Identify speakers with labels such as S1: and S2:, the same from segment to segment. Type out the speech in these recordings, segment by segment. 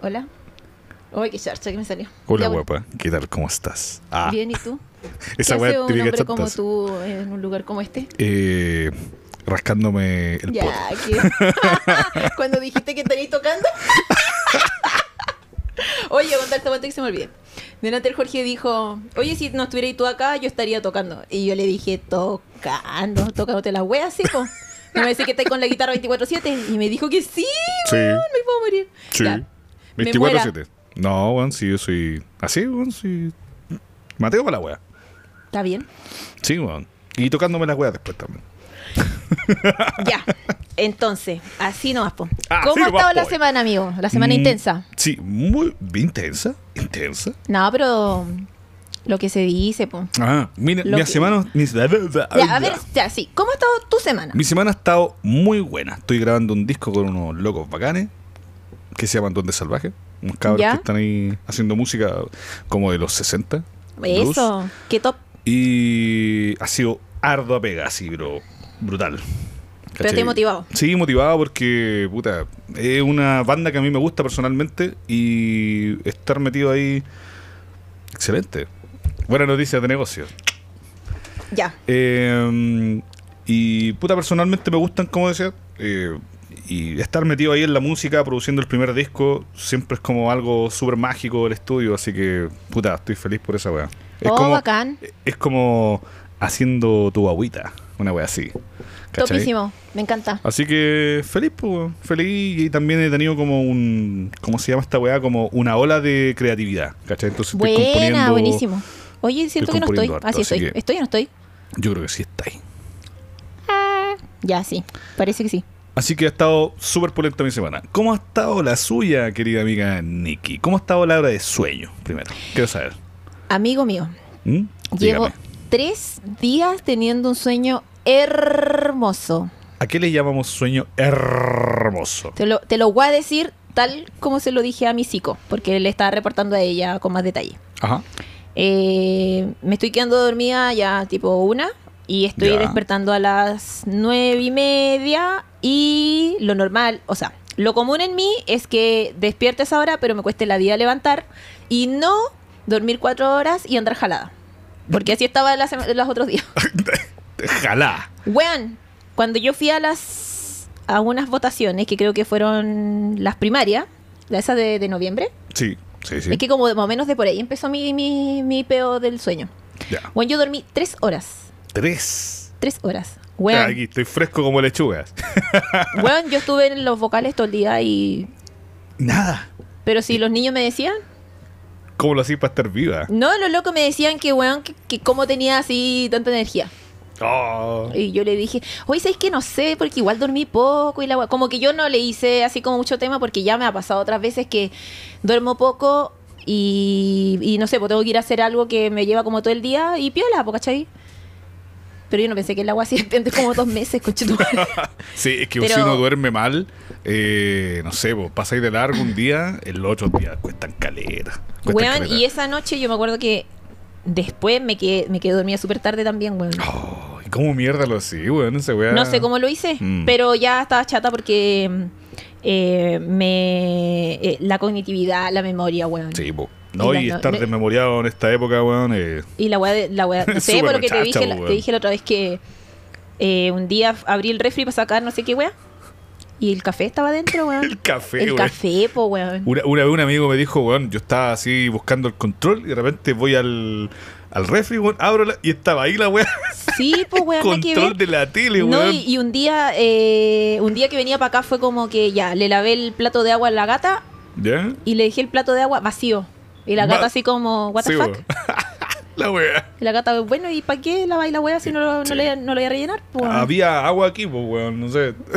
S1: Hola. Uy, qué charcha que me salió.
S2: Hola,
S1: Ya, bueno.
S2: guapa. ¿Qué tal? ¿Cómo estás? Ah,
S1: Bien, ¿y tú?
S2: esa
S1: ¿Qué
S2: weá
S1: hace un
S2: típica
S1: hombre como
S2: chantas.
S1: tú en un lugar como este?
S2: Eh, rascándome el
S1: Ya,
S2: poto.
S1: que... Cuando dijiste que estaréis tocando. oye, contar esta parte que se me olvide. Delante el Jorge dijo, oye, si no estuvierais tú acá, yo estaría tocando. Y yo le dije, tocando, tocándote la wea, sí, po. Y me dice que estáis con la guitarra 24-7. Y me dijo que sí,
S2: Sí,
S1: weón, me puedo morir.
S2: sí.
S1: Ya. Me
S2: 24-7. No, weón, sí, yo soy. Así, weón, sí. Mateo para la wea.
S1: ¿Está bien?
S2: Sí, weón. Y tocándome la wea después también.
S1: Ya. Entonces, así nomás, po.
S2: Así
S1: ¿Cómo ha
S2: nomás,
S1: estado
S2: po,
S1: la
S2: eh.
S1: semana, amigo? La semana
S2: Mm,
S1: intensa.
S2: Sí, muy intensa. Intensa.
S1: No, pero lo que se dice, po.
S2: Ah, mira,
S1: Lo
S2: mi
S1: que-
S2: semana. Mi,
S1: Ya, a ver, ya, sí. ¿Cómo ha estado tu semana?
S2: mi semana ha estado muy buena. Estoy grabando un disco con unos locos bacanes que se llaman Donde Salvaje. Unos cabros
S1: Ya.
S2: que están ahí haciendo música como de los 60. blues.
S1: Eso, qué top.
S2: Y ha sido ardua pega, así, pero brutal.
S1: Pero estoy motivado.
S2: Sí, motivado porque, puta, es una banda que a mí me gusta personalmente y estar metido ahí, excelente. Buenas noticias de negocio.
S1: Ya.
S2: Eh, y, puta, personalmente me gustan, como decía, eh, y estar metido ahí en la música, produciendo el primer disco, siempre es como algo súper mágico del estudio, así que, puta, estoy feliz por esa weá. Es
S1: oh,
S2: como-
S1: bacán.
S2: es como haciendo tu agüita, una wea así. ¿cachai? Ah,
S1: Topísimo. Me encanta.
S2: Así que feliz, po, weón. feliz y también he tenido como un, ¿cómo se llama esta weá? Como una ola de creatividad, ¿cachai? Entonces estoy
S1: Buena,
S2: componiendo-
S1: buenísimo. Oye, siento que no estoy.
S2: componiendo harto,
S1: así
S2: así
S1: estoy.
S2: que-
S1: ¿Estoy o no estoy?
S2: Yo creo que sí está ahí.
S1: Ya, sí. Parece que sí.
S2: Así que ha estado súper polenta mi semana. ¿Cómo ha estado la suya, querida amiga Nikki? ¿Cómo ha estado la hora de sueño, primero? Quiero saber.
S1: Amigo mío,
S2: ¿Mm?
S1: llevo
S2: Dígame.
S1: tres días teniendo un sueño hermoso.
S2: ¿A qué le llamamos sueño hermoso?
S1: Te lo, te lo voy a decir tal como se lo dije a mi psico, porque le estaba reportando a ella con más detalle.
S2: Ajá.
S1: Eh, me estoy quedando dormida ya tipo una y estoy
S2: Ya.
S1: despertando a las nueve y media y lo normal, o sea, lo común en mí es que despiertes ahora pero me cueste la vida levantar y no dormir cuatro horas y andar jalada. Porque así estaba las sema- los otros días.
S2: Jalá.
S1: Weón, cuando yo fui a las a unas votaciones que creo que fueron las primarias, las esas de, de noviembre,
S2: Sí, sí, sí.
S1: es que como más o menos de por ahí empezó mi, mi, mi peo del sueño.
S2: Ya.
S1: Bueno, yo dormí tres horas.
S2: Tres.
S1: Tres horas.
S2: Ah,
S1: Weón,
S2: Aquí estoy fresco como lechugas.
S1: weón, yo estuve en los vocales todo el día y...
S2: Nada.
S1: Pero si los niños me decían...
S2: ¿Cómo lo hacía para estar viva?
S1: No, los locos me decían que, weón, que, que cómo tenía así tanta energía.
S2: Oh.
S1: Y yo le dije, oye, ¿sabes que No sé, porque igual dormí poco y la wea-". Como que yo no le hice así como mucho tema porque ya me ha pasado otras veces que duermo poco y, y no sé, pues tengo que ir a hacer algo que me lleva como todo el día y piola, pues, ¿cachai? Pero yo no pensé que el agua así de como dos meses, conchetumare.
S2: Sí, es que
S1: Pero-
S2: si uno duerme mal, eh, no sé, vos pasáis de largo un día, el otro día cuestan calera. cuestan
S1: Weón,
S2: caleta.
S1: y esa noche yo me acuerdo que después me quedé, me quedé dormida súper tarde también, weón.
S2: Oh, ¿y ¿Cómo mierda lo así, weón? Ese weá.
S1: No sé cómo lo hice,
S2: Mm.
S1: pero ya estaba chata porque mm, eh, me eh, la cognitividad, la memoria, weón.
S2: Sí, po. No,
S1: Y
S2: y
S1: la-
S2: estar
S1: me-
S2: desmemoriado en esta época, weón. eh,
S1: Y la weá, de- la weá, no sé,
S2: Súper
S1: por lo que te
S2: chacha,
S1: dije, la,
S2: weón.
S1: te dije la otra vez que eh, un día abrí el refri para sacar no sé qué weá y el café estaba dentro, weón.
S2: el café,
S1: El
S2: weón.
S1: café, po, weón.
S2: Una, una vez un amigo me dijo, weón, yo estaba así buscando el control y de repente voy al, al refri, weón, abro la, y estaba ahí la weá.
S1: Sí, po, weón, nada que ver.
S2: Control de la tele, weón.
S1: No, y, y un día eh, un día que venía para acá fue como que ya, le lavé el plato de agua a la gata
S2: ¿Ya?
S1: y le dejé el plato de agua vacío. Y la
S2: Va-
S1: gata así como, what the
S2: Sí,
S1: fuck.
S2: bo. la wea.
S1: Y la gata, bueno, ¿y para qué laváis la hueá si no, lo- no,
S2: Sí.
S1: le, no lo voy a rellenar? po?
S2: Había agua aquí, pues, weón, no sé.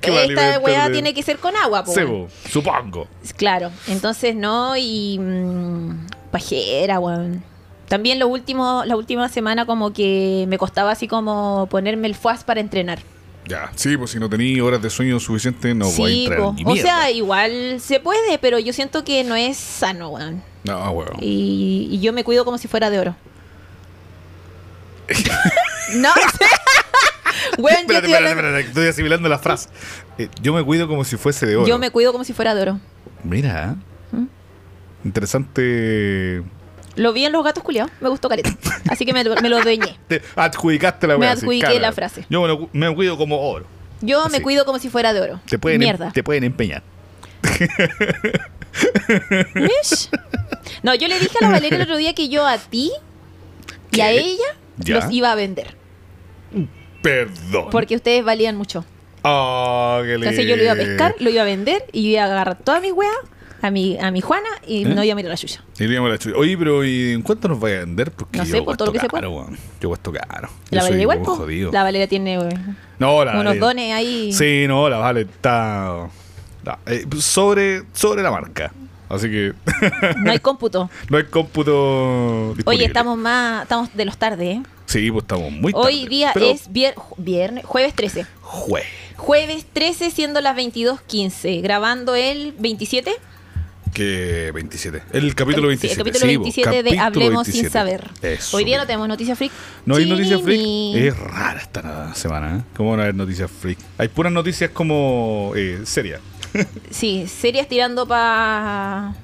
S2: ¿Qué va
S1: Esta
S2: a alimentar
S1: hueá
S2: de-
S1: tiene que ser con agua, po,
S2: Sí,
S1: weón.
S2: bo, supongo.
S1: Claro, entonces no, y mm, pajera, weón. También lo último, la última semana como que me costaba así como ponerme el fuas para entrenar.
S2: Ya, sí, pues si no tenía horas de sueño suficiente, no voy a entrar
S1: po.
S2: ni
S1: o
S2: mierda.
S1: sea, igual se puede, pero yo siento que no es sano, weón.
S2: No, weón.
S1: Y, y yo me cuido como si fuera de oro. no sé. Weón, yo,
S2: Espérate,
S1: estoy
S2: espérate,
S1: hablando- Mm.
S2: espérate, estoy asimilando la frase. Eh, yo me cuido como si fuese de oro.
S1: yo me cuido como si fuera de oro.
S2: Mira.
S1: Mm.
S2: Interesante.
S1: Lo vi en Los Gatos Culiados, me gustó careta. Así que me, me lo dueñé.
S2: Te adjudicaste la
S1: Me
S2: wea, sí,
S1: adjudiqué
S2: claro.
S1: la frase.
S2: Yo me, lo- me cuido como oro.
S1: Yo me
S2: Sí.
S1: cuido como si fuera de oro.
S2: Te pueden, em-
S1: Mierda.
S2: te pueden empeñar.
S1: Mish. No, yo le dije a la Valeria el otro día que yo a ti y a
S2: ¿Qué?
S1: ella
S2: ¿Ya?
S1: los iba a vender.
S2: Perdón.
S1: Porque ustedes valían mucho.
S2: Oh, qué
S1: Entonces yo lo iba a
S2: lindo.
S1: pescar, lo iba a vender y iba a agarrar toda mi wea a mi, a mi Juana y
S2: ¿Eh?
S1: no iba a mirar la suya.
S2: Y le íbamos a la chucha. Oye, pero ¿y en cuánto nos vaya a vender? Porque
S1: No
S2: yo
S1: sé, por todo lo
S2: cuesto
S1: que se
S2: caro, weón. Yo cuesto caro.
S1: La
S2: Yo soy
S1: Valeria igual,
S2: un
S1: po.
S2: jodido.
S1: La Valeria tiene eh,
S2: No, la
S1: unos
S2: Valeria-
S1: dones ahí.
S2: Sí, no, la Vale está... la- eh, sobre, sobre la marca. Así que
S1: No hay cómputo.
S2: no hay cómputo disponible.
S1: Oye, estamos más, estamos de los tarde, ¿eh?
S2: Sí, pues estamos muy
S1: Hoy
S2: tarde,
S1: día
S2: pero
S1: es vier- ju- viernes, jueves 13.
S2: Jue.
S1: Jueves 13 siendo las 22.15, grabando el 27.
S2: Que 27. El capítulo 27.
S1: El capítulo
S2: sí,
S1: 27
S2: vos,
S1: de
S2: capítulo
S1: Hablemos
S2: 27.
S1: sin saber.
S2: Eso.
S1: Hoy día no
S2: mira.
S1: tenemos noticias freak.
S2: No hay noticias freak. Eh.
S1: Chirinin.
S2: Es rara esta semana, ¿eh? ¿Cómo no hay noticias freak? Hay puras noticias como eh, serias.
S1: Sí, series tirando pa...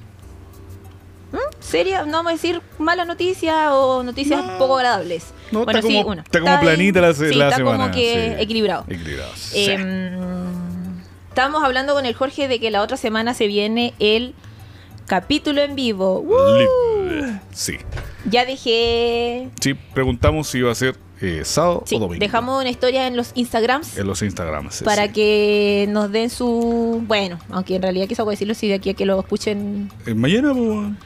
S1: ¿Mm? Serias, no vamos a decir malas noticias o noticias
S2: No.
S1: poco agradables.
S2: No,
S1: bueno,
S2: está
S1: sí,
S2: como,
S1: una.
S2: Está como
S1: en-
S2: planita la,
S1: sí,
S2: la
S1: está
S2: semana.
S1: como que
S2: sí.
S1: equilibrado. Eh,
S2: Equilibrado. sí.
S1: Em, estábamos hablando con el Jorge de que la otra semana se viene el capítulo en vivo.
S2: Mm.
S1: ¡Woo!
S2: Libre. Sí.
S1: Ya dejé.
S2: Sí, preguntamos si iba a ser eh, sábado
S1: Sí,
S2: o domingo.
S1: dejamos una historia en los Instagrams
S2: En los Instagrams. sí,
S1: para
S2: sí.
S1: que nos den su. Bueno, aunque en realidad quizá voy a decirlo si de aquí a que lo escuchen.
S2: Eh, mañana, pues, weón.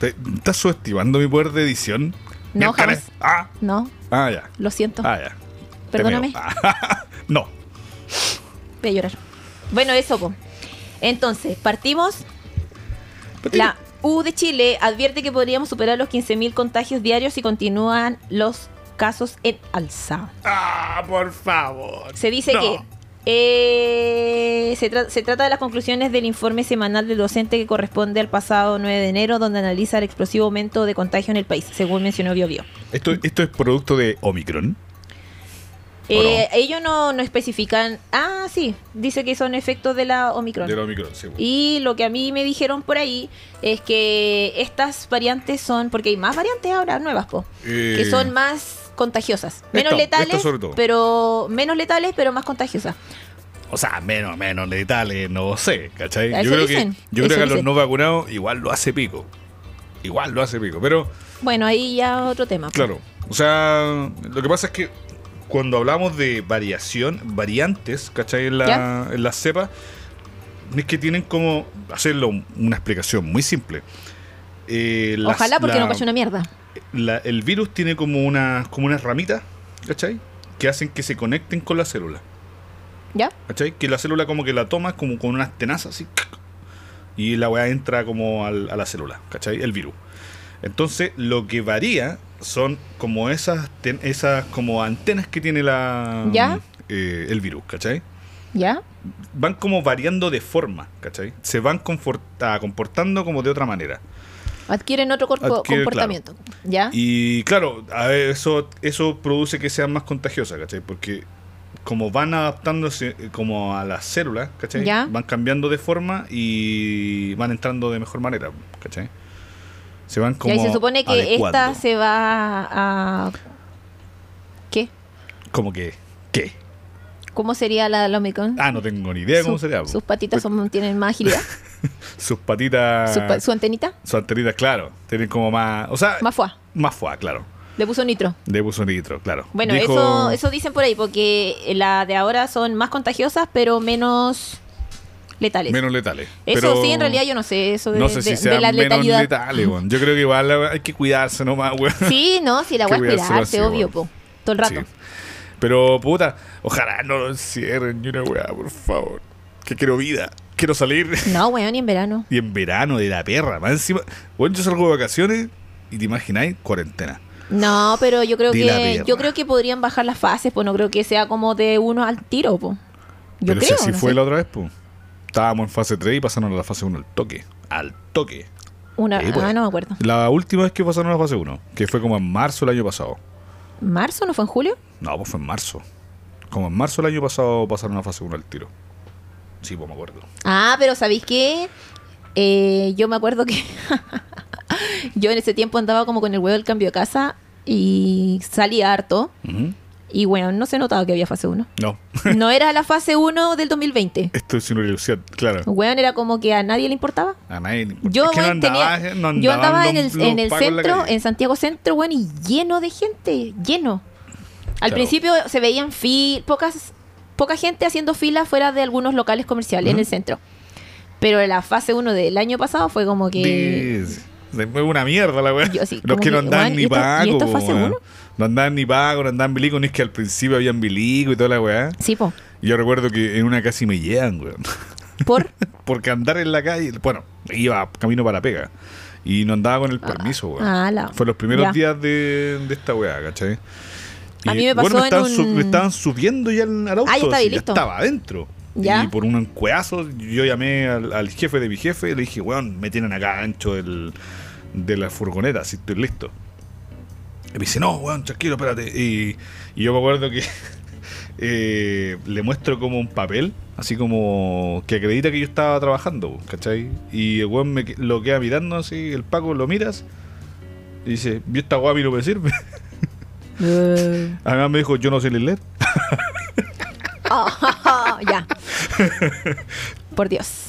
S2: Te- ¿Estás subestimando mi poder de edición?
S1: No,
S2: Miércoles.
S1: jamás.
S2: Ah,
S1: No,
S2: ah, ya.
S1: lo siento.
S2: Ah, ya. Te Ah.
S1: Perdóname.
S2: meo. no.
S1: Voy a llorar. Bueno, eso, po. Entonces, partimos. La U de Chile advierte que podríamos superar los 15.000 contagios diarios si continúan los casos en alza.
S2: Ah, por favor.
S1: Se dice
S2: No.
S1: que eh, se, tra- se trata de las conclusiones del informe semanal del docente que corresponde al pasado 9 de enero, donde analiza el explosivo aumento de contagio en el país, según mencionó BioBio.
S2: Esto, esto es producto de Omicron. ¿O no?
S1: Eh, Ellos no, no especifican. Ah, sí, dice que son efectos de la Omicron.
S2: Del Omicron, sí. weón.
S1: Y lo que a mí me dijeron por ahí es que estas variantes son, porque hay más variantes ahora nuevas, po,
S2: Eh,
S1: que son más contagiosas, menos
S2: esta- esta
S1: letales,
S2: sobre todo.
S1: pero menos letales, pero más contagiosas.
S2: O sea, menos, menos letales, no sé, ¿cachai?
S1: Eso
S2: Yo creo
S1: dicen,
S2: que, yo creo
S1: eso
S2: que a los
S1: dicen.
S2: no vacunados igual lo hace pico. Igual lo hace pico. Pero,
S1: Bueno, ahí ya otro tema. po.
S2: claro, o sea, lo que pasa es que cuando hablamos de variación, variantes, ¿cachai? En la,
S1: ¿Ya?
S2: en la cepa, es que tienen como hacerlo una explicación muy simple. Eh, las-
S1: Ojalá porque
S2: la-
S1: no cayó una mierda.
S2: la- el virus tiene como unas como unas ramitas, ¿cachai? Que hacen que se conecten con la célula,
S1: ¿Ya?
S2: ¿cachai? Que la célula como que la toma como con unas tenazas así. Y la weá entra como al- a la célula, ¿cachai? El virus. Entonces, lo que varía son como esas, ten- esas como antenas que tiene la
S1: ¿Ya?
S2: eh, el virus, ¿cachai?
S1: ¿Ya?
S2: Van como variando de forma, ¿cachai? Se van confort- ah, comportando como de otra manera.
S1: Adquieren otro corpo-
S2: Adquiere,
S1: comportamiento. ¿Ya?
S2: Y claro, a ver, eso, eso produce que sean más contagiosas, ¿cachai? Porque como van adaptándose eh, como a las células, ¿cachai?
S1: Ya.
S2: Van cambiando de forma y van entrando de mejor manera, ¿cachai? Se van
S1: Y
S2: como
S1: ahí se supone que
S2: adecuando.
S1: esta se va a... ¿Qué?
S2: Como que... ¿Qué?
S1: ¿Cómo sería la, la Omicron?
S2: Ah, no tengo ni idea de cómo
S1: Su-
S2: sería. Pues, po.
S1: Sus patitas son- tienen más agilidad.
S2: Sus patitas...
S1: su, pa- su antenita,
S2: sus antenitas, claro. Tienen como más... O sea...
S1: más fuá.
S2: Más fuá, claro.
S1: Le puso nitro.
S2: De buzo nitro, claro.
S1: Bueno,
S2: Dijo-
S1: eso, eso dicen por ahí, porque la de ahora son más contagiosas, pero menos letales.
S2: Menos letales.
S1: eso
S2: Pero-
S1: sí, en realidad yo no sé eso de,
S2: No sé
S1: de-
S2: si
S1: de
S2: sean
S1: la
S2: menos
S1: letalidad.
S2: letales, weón. Yo creo que igual hay que cuidarse nomás, weón.
S1: Sí, no, si la
S2: Que
S1: voy a
S2: voy a hacer
S1: cuidarse,
S2: así,
S1: obvio,
S2: bueno.
S1: po, todo el rato.
S2: Sí. Pero, puta, ojalá no lo encierren ni una weá, por favor. Que quiero vida, quiero salir.
S1: No, weón, ni en verano.
S2: Y en verano de la perra, más encima. Bueno, yo salgo de vacaciones y te imagináis cuarentena.
S1: No, pero yo creo
S2: De la
S1: que
S2: perra.
S1: yo creo que podrían bajar las fases, pues no creo que sea como de uno al tiro, po. Yo
S2: Pero si
S1: creo.
S2: así
S1: no
S2: fue
S1: sé.
S2: la otra vez, pues. Estábamos en fase 3 y pasaron a la fase 1 al toque. Al toque.
S1: Una,
S2: Sí, pues.
S1: ah, no me acuerdo.
S2: La última vez que pasaron a la fase 1, que fue como en marzo el año pasado.
S1: ¿Marzo no fue en julio?
S2: No, pues fue en marzo. Como en marzo el año pasado pasaron a la fase 1 al tiro. Sí, pues me acuerdo.
S1: Ah, pero ¿sabéis qué? Eh, yo me acuerdo que yo en ese tiempo andaba como con el huevo del cambio de casa y salía harto.
S2: Ujú.
S1: Y bueno, no se notaba que había fase 1.
S2: No,
S1: No era la fase 1 del 2020.
S2: esto es una ilusión, claro.
S1: Weón, era como que a nadie le importaba.
S2: A nadie le importa.
S1: Yo,
S2: Es que no
S1: weón, tenía-
S2: andaba- eh, no
S1: yo
S2: andaban
S1: andaba en
S2: los-
S1: el,
S2: los
S1: en el
S2: pacos la
S1: centro,
S2: calle.
S1: en Santiago Centro, bueno, y lleno de gente, lleno. Al
S2: Claro.
S1: principio se veían fi- pocas, poca gente haciendo fila fuera de algunos locales comerciales en
S2: Ujú.
S1: el centro. Pero la fase 1 del año pasado fue como que...
S2: Dis- Es una mierda la weá.
S1: Yo así,
S2: Los
S1: como
S2: que no
S1: que,
S2: andaban
S1: weón,
S2: ni
S1: ¿y esto- y
S2: pago.
S1: esto
S2: po,
S1: fue hace
S2: weón.
S1: uno?
S2: No andaban ni pago, no andaban bilico, ni es que al principio habían bilico y toda la weá.
S1: Sí, po.
S2: Y Yo recuerdo que en una casi me llegan, weón.
S1: Por...
S2: Porque andar en la calle, bueno, iba camino para pega. Y no andaba con el permiso, weón.
S1: ah, la-
S2: Fue los primeros
S1: ya.
S2: días de, de esta weá, ¿cachai?
S1: A mí me pasó
S2: bueno, me
S1: en
S2: estaban,
S1: un-
S2: me estaban subiendo ya al, al auto.
S1: Ah, ya estaba
S2: así,
S1: listo.
S2: estaba adentro.
S1: Ya.
S2: Y por un cueazo yo llamé al, al jefe de mi jefe y le dije, weón, me tienen acá ancho del, de la furgoneta, si estoy listo. Y me dice, no, weón, tranquilo, espérate. Y, y yo me acuerdo que eh, le muestro como un papel, así como que acredita que yo estaba trabajando, ¿cachai? Y el weón me que- lo queda mirando así, el Paco lo miras y dice, yo esta weá a mí no me sirve.
S1: Eh,
S2: Además me dijo, yo no sé leer.
S1: ah, ya. Por Dios.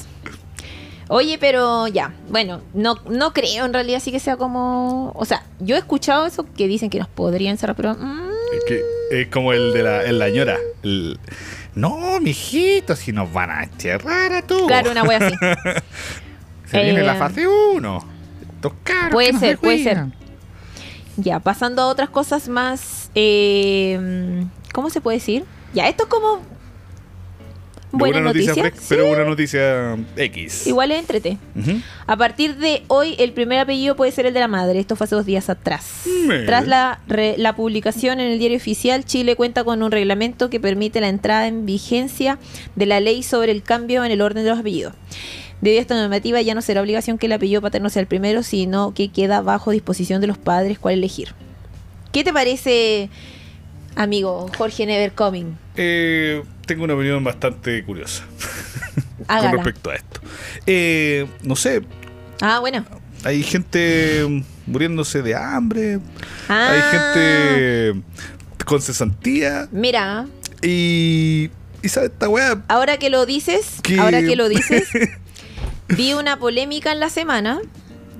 S1: Oye, pero ya, bueno, no, no creo en realidad sí que sea como... O sea, yo he escuchado eso que dicen que nos podrían cerrar, pero... mm,
S2: Es, que, es como el de la, el la ñora. El, no, mijito, si nos van a encerrar a todos.
S1: claro, una wea así.
S2: Se viene
S1: eh,
S2: la fase 1. Estos cabros
S1: puede
S2: que no
S1: ser,
S2: se
S1: puede ser.
S2: cuidan.
S1: Ya, pasando a otras cosas más... eh, ¿Cómo se puede decir? Ya, esto es como... Buena
S2: Una
S1: noticia.
S2: fresca,
S1: Sí,
S2: Pero una noticia eh, X.
S1: igual es entrete.
S2: Ujú.
S1: A partir de hoy, el primer apellido puede ser el de la madre. Esto fue hace dos días atrás.
S2: Mira.
S1: Tras la, re- la publicación en el diario oficial, Chile cuenta con un reglamento que permite la entrada en vigencia de la ley sobre el cambio en el orden de los apellidos. Debido a esta normativa, ya no será obligación que el apellido paterno sea el primero, sino que queda bajo disposición de los padres cuál elegir. ¿Qué te parece, amigo Jorge Nevercoming?
S2: Eh, tengo una opinión bastante curiosa con
S1: Hágala.
S2: respecto a esto. Eh, no sé,
S1: Ah, bueno.
S2: hay gente muriéndose de hambre,
S1: Ah,
S2: hay gente con cesantía
S1: Mira,
S2: y, y ¿sabes esta weá?
S1: Ahora que lo dices,
S2: Que-
S1: ahora que lo dices, vi una polémica en la semana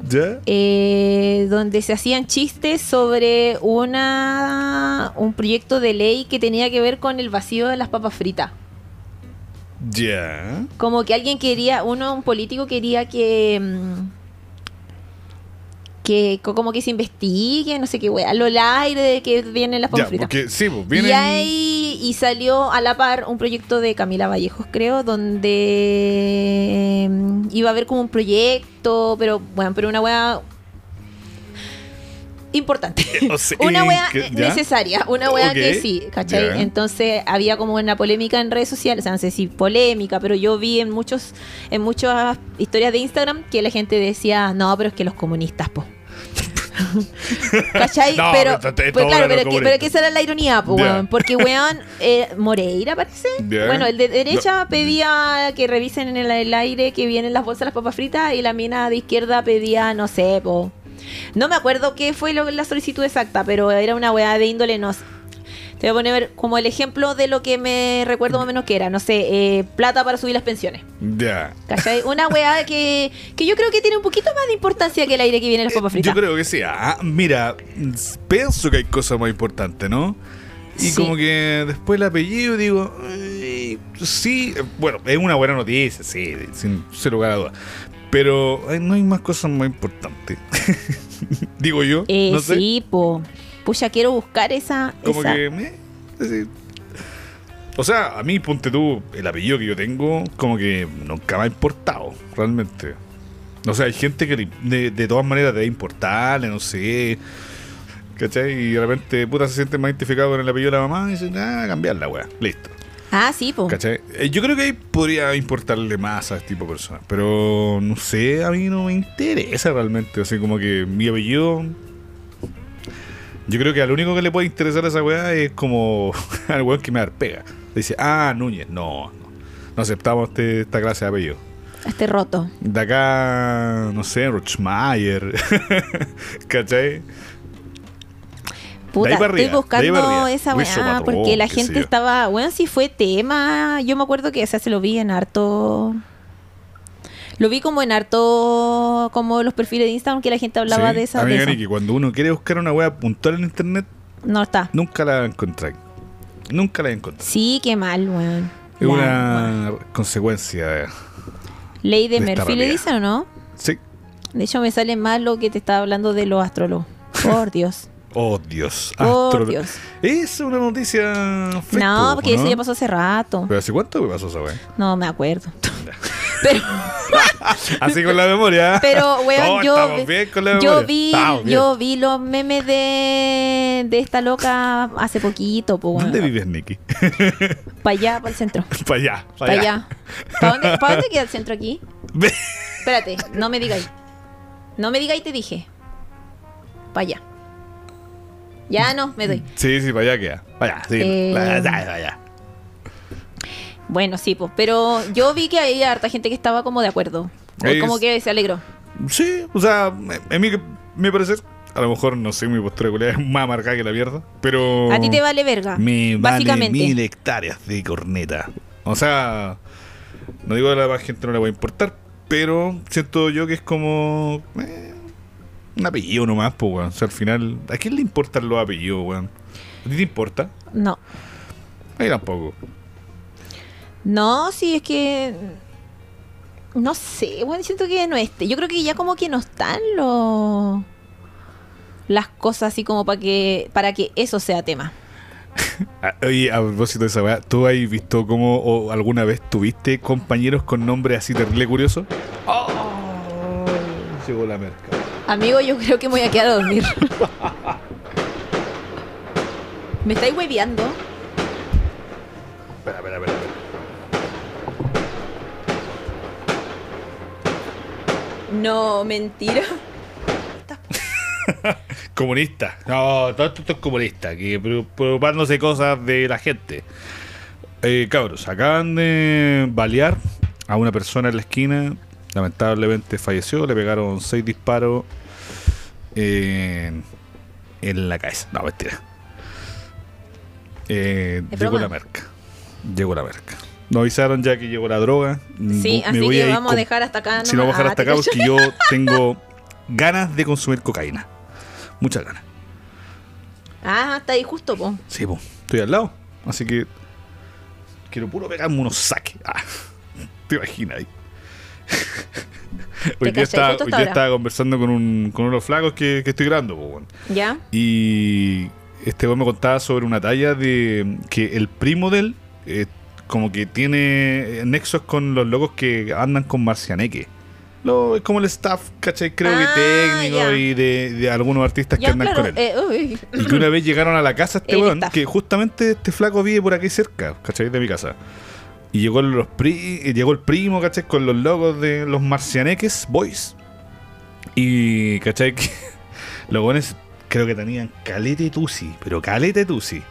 S2: ¿Ya?
S1: eh, donde se hacían chistes sobre una un proyecto de ley que tenía que ver con el vacío de las papas fritas.
S2: Ya.
S1: Como que alguien quería, uno, un político quería que mm, que co- como que se investigue, no sé qué, wea, lo aire de que vienen las papas
S2: Ya,
S1: fritas.
S2: porque sí, pues vienen-
S1: Y ahí y salió a la par un proyecto de Camila Vallejos, creo, donde eh, iba a haber como un proyecto, pero bueno, pero una wea importante.
S2: O sea,
S1: una
S2: y
S1: wea
S2: oh, que- ya.
S1: necesaria, una wea
S2: Ok,
S1: que sí, ¿cachai?
S2: ya.
S1: Entonces había como una polémica en redes sociales, o sea, no sé si polémica, pero yo vi en muchos en muchas historias de Instagram que la gente decía, "No, pero es que los comunistas, po." ¿Cachai?
S2: No,
S1: pero,
S2: pero te- te-
S1: pues
S2: todo
S1: claro,
S2: era
S1: pero que,
S2: comunista.
S1: pero que esa era la ironía, po,
S2: Ya.
S1: weón. Porque, weón, eh, Moreira parece.
S2: Ya.
S1: Bueno, el de derecha pedía que revisen en el, el aire que vienen las bolsas de las papas fritas y la mina de izquierda pedía, no sé, po. No me acuerdo qué fue lo- la solicitud exacta, pero era una weá de índole, no sé. Te voy a poner como el ejemplo de lo que me recuerdo más o menos que era, no sé, eh, plata para subir las pensiones.
S2: Ya.
S1: ¿Cachai? Una weá que, que yo creo que tiene un poquito más de importancia que el aire que vienen las papas fritas.
S2: Eh, Yo creo que sí. Ah, mira, pienso que hay cosas más importantes, ¿no? Y
S1: Sí.
S2: como que después el apellido digo, "Ay, sí, bueno, es una buena noticia, sí, sin, sin lugar a dudas. Pero ay, no hay más cosas más importantes. digo yo,
S1: Eh,
S2: no sé.
S1: Sí, po. Pucha, quiero buscar esa.
S2: Como
S1: esa-
S2: que. meh, así. O sea, a mí, ponte tú, el apellido que yo tengo, como que nunca me ha importado, realmente. O sea, hay gente que le- de, de todas maneras te importarle, no sé. ¿Cachai? Y de repente, puta, se siente más identificado con el apellido de la mamá y dicen, ah, cambiarla, weá. Listo.
S1: Ah, sí, po.
S2: ¿Cachai? Eh, Yo creo que ahí podría importarle más a este tipo de personas. Pero no sé, a mí no me interesa realmente. Así como que mi apellido. Yo creo que al único que le puede interesar a esa weá es como al weón que me arpega. Dice, ah, Núñez. No, no. No aceptamos este- esta clase de apellido.
S1: Este roto.
S2: De acá, no sé, Rochmayer. ¿Cachai?
S1: Puta,
S2: De ahí
S1: estoy
S2: para arriba, de ahí para
S1: buscando
S2: arriba.
S1: esa
S2: Wilson
S1: weá,
S2: Patrón,
S1: porque la
S2: qué sé
S1: gente
S2: yo.
S1: estaba, bueno, sí fue tema, yo me acuerdo que, o sea, se lo vi en harto, lo vi como en harto, como los perfiles de Instagram que la gente hablaba
S2: Sí,
S1: de esa, de
S2: amiga
S1: eso.
S2: Niki, cuando uno quiere buscar una wea puntual en internet,
S1: no está.
S2: nunca la encontráis. Nunca la encontráis.
S1: Sí, qué mal, weón.
S2: Es
S1: La-
S2: una consecuencia. eh.
S1: Ley de,
S2: de esta
S1: Murphy le
S2: realidad.
S1: dicen, ¿o no?
S2: Sí.
S1: De hecho, me sale más lo que te estaba hablando de los astrólogos. Por Dios.
S2: Oh, Dios.
S1: Por
S2: Astro-
S1: Dios.
S2: Es una noticia. fake,
S1: No,
S2: po,
S1: porque eso
S2: ¿no?
S1: ya pasó hace rato.
S2: ¿Pero hace cuánto que pasó esa wea?
S1: No me acuerdo. Pero,
S2: Así con la memoria.
S1: pero weón,
S2: Oh,
S1: yo,
S2: estamos
S1: vi-
S2: bien con la memoria.
S1: yo vi,
S2: Estamos bien.
S1: yo vi los memes de, de esta loca hace poquito, po,
S2: ¿Dónde vives, Nicky?
S1: Para allá, para el centro.
S2: para allá.
S1: Para allá. ¿Para dónde, pa' dónde queda el centro aquí? Espérate, no me digáis. No me digáis, te dije. Para allá. Ya no, me doy.
S2: sí, sí, para allá queda. Para allá, sí.
S1: Eh.
S2: Para allá, para allá.
S1: Bueno, sí, pues, pero yo vi que había harta gente que estaba como de acuerdo. O
S2: Es-
S1: Como que se alegró.
S2: Sí, o sea, en mi, mi parecer, a lo mejor, no sé, mi postura culiada es más marcada que la mierda, pero...
S1: A ti te vale verga.
S2: oh, Me vale
S1: Ah, básicamente.
S2: mil hectáreas de corneta. O sea, no digo que a la más gente no le va a importar, pero siento yo que es como... eh, un apellido nomás, pues, weón. O sea, al final, ¿a quién le importan los apellidos, weón? ¿A ti te importa?
S1: No.
S2: A mí tampoco.
S1: No, sí, es que. No sé, bueno, siento que no este. Yo creo que ya como que no están los. Las cosas así como para que para que eso sea tema.
S2: Ah, Oye, a propósito de esa weá, ¿tú has visto cómo o alguna vez tuviste compañeros con nombres así terrible curioso? ¡Oh! Llegó la merca.
S1: Amigo, yo creo que me voy a quedar a dormir. ¿Me estáis hueveando?
S2: Espera, espera, espera.
S1: No, mentira.
S2: Comunista. No, todo esto es comunista, que pre- preocupándose cosas de la gente. Eh, cabros, acaban de balear a una persona en la esquina. Lamentablemente falleció, le pegaron seis disparos en, en la cabeza. No, mentira. Eh,
S1: Es
S2: llegó
S1: broma.
S2: la merca. Llegó la merca. Nos avisaron ya que llegó la droga.
S1: Sí,
S2: Bu- Mm, me
S1: así
S2: voy
S1: que
S2: ir
S1: vamos a
S2: con-
S1: dejar hasta acá.
S2: si no
S1: nomás.
S2: voy a bajar
S1: Ah,
S2: hasta
S1: te
S2: acá
S1: cacho.
S2: porque yo tengo ganas de consumir cocaína. Muchas ganas.
S1: Ah, está ahí justo, po.
S2: Sí, po. Estoy al lado. Así que quiero puro pegarme unos saques. Ah, te imaginas ahí. Hoy
S1: cachai,
S2: día, estaba,
S1: justo
S2: hoy
S1: hasta
S2: día
S1: ahora.
S2: estaba conversando con, un, con unos flacos que, que estoy grabando, po, weón.
S1: ¿Ya?
S2: Y este güey me contaba sobre una talla de que el primo de él, eh, como que tiene nexos con los locos que andan con Marcianeque. Lo, es como el staff, ¿cachai? Creo
S1: Ah,
S2: que técnico
S1: ya.
S2: y de, de algunos artistas que
S1: Ya,
S2: andan
S1: claro.
S2: con él.
S1: eh, uy.
S2: Y que una vez llegaron a la casa este
S1: El
S2: weón,
S1: staff.
S2: que justamente este flaco vive por aquí cerca, ¿cachai? De mi casa. Y llegó, los pri- eh, llegó el primo, ¿cachai? Con los logos de los marcianeques boys. Y, ¿cachai? Que los weones creo que tenían calete tusi, pero calete tusi.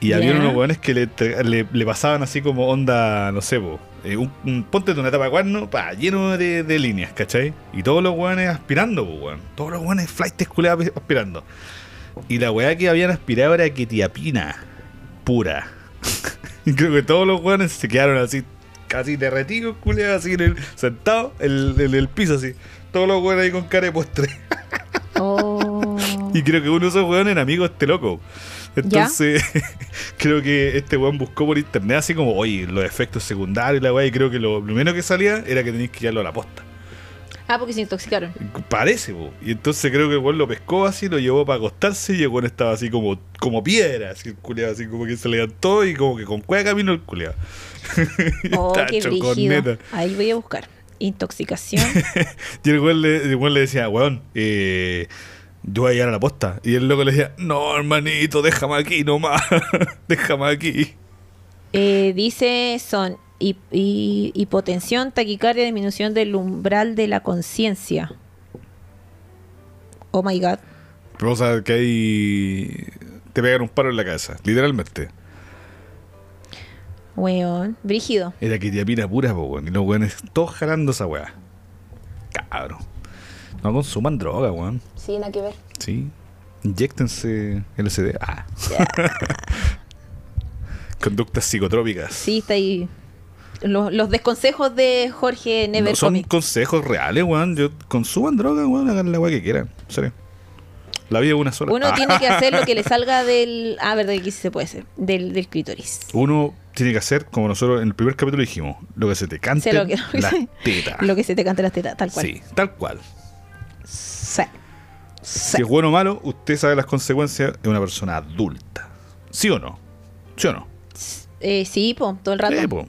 S2: Y había
S1: Ya.
S2: unos weones que le, tra- le, le pasaban así como onda, no sé, po, eh, un, un- ponte de una tapa de cuerno, pa, lleno de, de líneas, ¿cachai? Y todos los weones aspirando, po, weón. Todos los weones flightes culeados aspirando. Y la weá que habían aspirado era ketiapina pura. Y creo que todos los weones se quedaron así, casi derretidos, culeados, así en el, sentados en, en el piso, así. Todos los weones ahí con cara de postre.
S1: Oh.
S2: Y creo que uno de esos weones era amigo de este loco. Entonces, creo que este weón buscó por internet así como, oye, los efectos secundarios y la weá, y creo que lo primero que salía era que tenías que llevarlo a la posta.
S1: Ah, porque se intoxicaron.
S2: Parece, po. Y entonces creo que el weón lo pescó así, lo llevó para acostarse y el weón estaba así como, como piedra, así el culeado, así como que se levantó y como que con cueva camino el culeado.
S1: Oh,
S2: Está
S1: qué
S2: hecho
S1: brígido.
S2: corneta.
S1: Ahí voy a buscar. Intoxicación.
S2: Y el weón le, el weón le decía, weón, eh, yo voy a llegar a la posta. Y el loco le decía, no, hermanito, déjame aquí nomás, déjame aquí.
S1: Eh, dice son hi- hi- hipotensión, taquicardia, disminución del umbral de la conciencia. Oh my god.
S2: Pero, o sea, que ahí te pegan un paro en la cabeza, literalmente.
S1: Weón, brígido.
S2: Era que te apira pura, po, weón. Y los weones todos jalando esa weá. Cabrón. No consuman droga, weón.
S1: Sí, nada que ver.
S2: Sí. Inyectense LSD. Ah. Conductas psicotrópicas.
S1: Sí, está ahí. Los, los desconsejos de Jorge Never
S2: No, son
S1: Comics.
S2: consejos reales, weón. Yo, consuman droga, weón. Hagan la weá que quieran. En serio. La vida es una sola.
S1: Uno
S2: Ah.
S1: tiene que hacer lo que le salga del. Ah, verdad que aquí sí se puede hacer. Del, del clítoris.
S2: Uno tiene que hacer, como nosotros en el primer capítulo dijimos, lo que se te cante
S1: Sé lo que-
S2: la teta.
S1: Lo que se te cante las tetas, tal cual.
S2: ah. Sí, tal cual.
S1: Sí. Sí.
S2: Si es bueno o malo, usted sabe las consecuencias de una persona adulta. ¿Sí o no? ¿Sí o no?
S1: Eh, sí, po, todo el rato.
S2: Sí, po.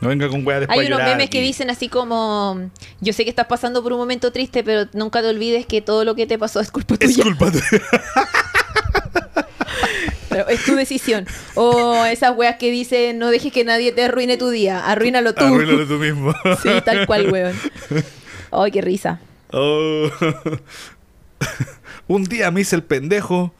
S2: No venga con weá después
S1: Hay
S2: a
S1: unos
S2: llorar
S1: memes que
S2: aquí.
S1: dicen así como, yo sé que estás pasando por un momento triste, pero nunca te olvides que todo lo que te pasó es culpa
S2: Es
S1: tuya.
S2: culpa tuya.
S1: Pero es tu decisión. O esas weas que dicen, no dejes que nadie te arruine tu día, arruínalo tú.
S2: Arruínalo tú mismo.
S1: Sí, tal cual, weón. Ay, qué risa.
S2: Oh. Un día me hice el pendejo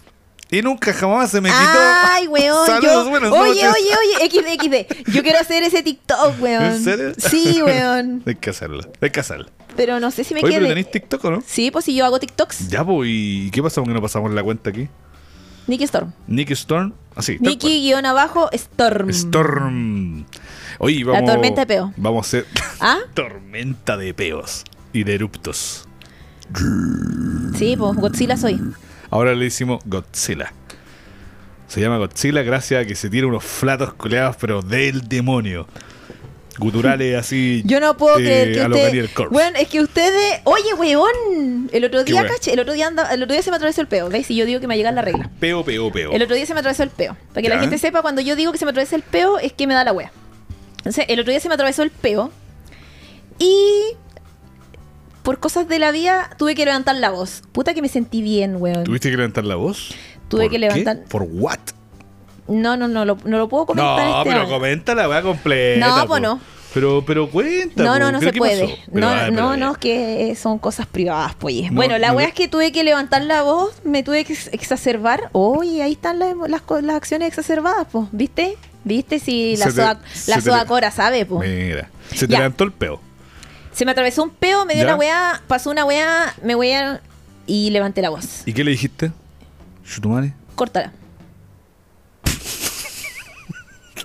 S2: y nunca jamás se me quitó.
S1: Ay, weón.
S2: Saludos,
S1: yo-
S2: buenas
S1: oye,
S2: noches.
S1: oye, oye, XD, XD. Yo quiero hacer ese TikTok, weón.
S2: ¿En serio?
S1: Sí, weón.
S2: Hay que hacerla, hay que hacerla.
S1: Pero no sé si me
S2: Oye, pero
S1: quede.
S2: tenéis TikTok, ¿o ¿no?
S1: Sí, pues si yo hago TikToks.
S2: Ya, pues, ¿y qué pasa porque no pasamos la cuenta aquí?
S1: Nicky Storm.
S2: Nick Storm, así. tal
S1: Nicky guión abajo, Storm.
S2: cual. pues. Storm. Oye, vamos.
S1: Mm. tormenta de peo.
S2: Vamos a hacer
S1: ¿Ah?
S2: tormenta de peos y de eruptos.
S1: Sí, pues Godzilla soy.
S2: Ahora le hicimos Godzilla. Se llama Godzilla gracias a que se tira unos flatos coleados, pero del demonio. Guturales así.
S1: Yo no puedo
S2: eh,
S1: creer que
S2: a lo
S1: usted.
S2: Daniel Corp.
S1: Bueno, es que ustedes. Oye, weón. El otro
S2: ¿Qué
S1: día,
S2: weón?
S1: caché. El otro día, anda- el otro día se me atravesó el peo. ¿Veis? Y yo digo que me llega la regla.
S2: Peo, peo, peo.
S1: El otro día se me atravesó el peo. Para que
S2: Ya.
S1: la gente sepa, cuando yo digo que se me atravesó el peo, es que me da la wea. Entonces, el otro día se me atravesó el peo. Y. Por cosas de la vida, tuve que levantar la voz. Puta que me sentí bien, weón.
S2: ¿Tuviste que levantar la voz?
S1: Tuve
S2: ¿Por
S1: que
S2: qué?
S1: levantar-
S2: ¿Por what?
S1: No, no, no lo, no lo puedo comentar.
S2: No,
S1: este
S2: pero
S1: año.
S2: comenta la weá completa.
S1: No,
S2: po.
S1: pues no.
S2: Pero, pero cuenta.
S1: No,
S2: po.
S1: no, no
S2: ¿Pero
S1: se
S2: qué
S1: puede.
S2: pasó? Pero,
S1: No,
S2: ah,
S1: no,
S2: pero,
S1: no,
S2: eh,
S1: es que son cosas privadas, pues.
S2: No,
S1: bueno, la
S2: no
S1: wea
S2: le-
S1: es que tuve que levantar la voz, me tuve que ex- exacerbar. Oye, ahí están las, emo- las, co- las acciones exacerbadas, pues. ¿Viste? ¿Viste? Si la,
S2: Se te-
S1: soda,
S2: se
S1: la
S2: te-
S1: soda cora sabe, pues.
S2: Mira, se te
S1: Ya.
S2: levantó el peo.
S1: Se me atravesó un peo, me dio
S2: ¿Ya?
S1: una wea, pasó una wea, me wea y levanté la voz.
S2: ¿Y qué le dijiste? Chutumare.
S1: Córtala.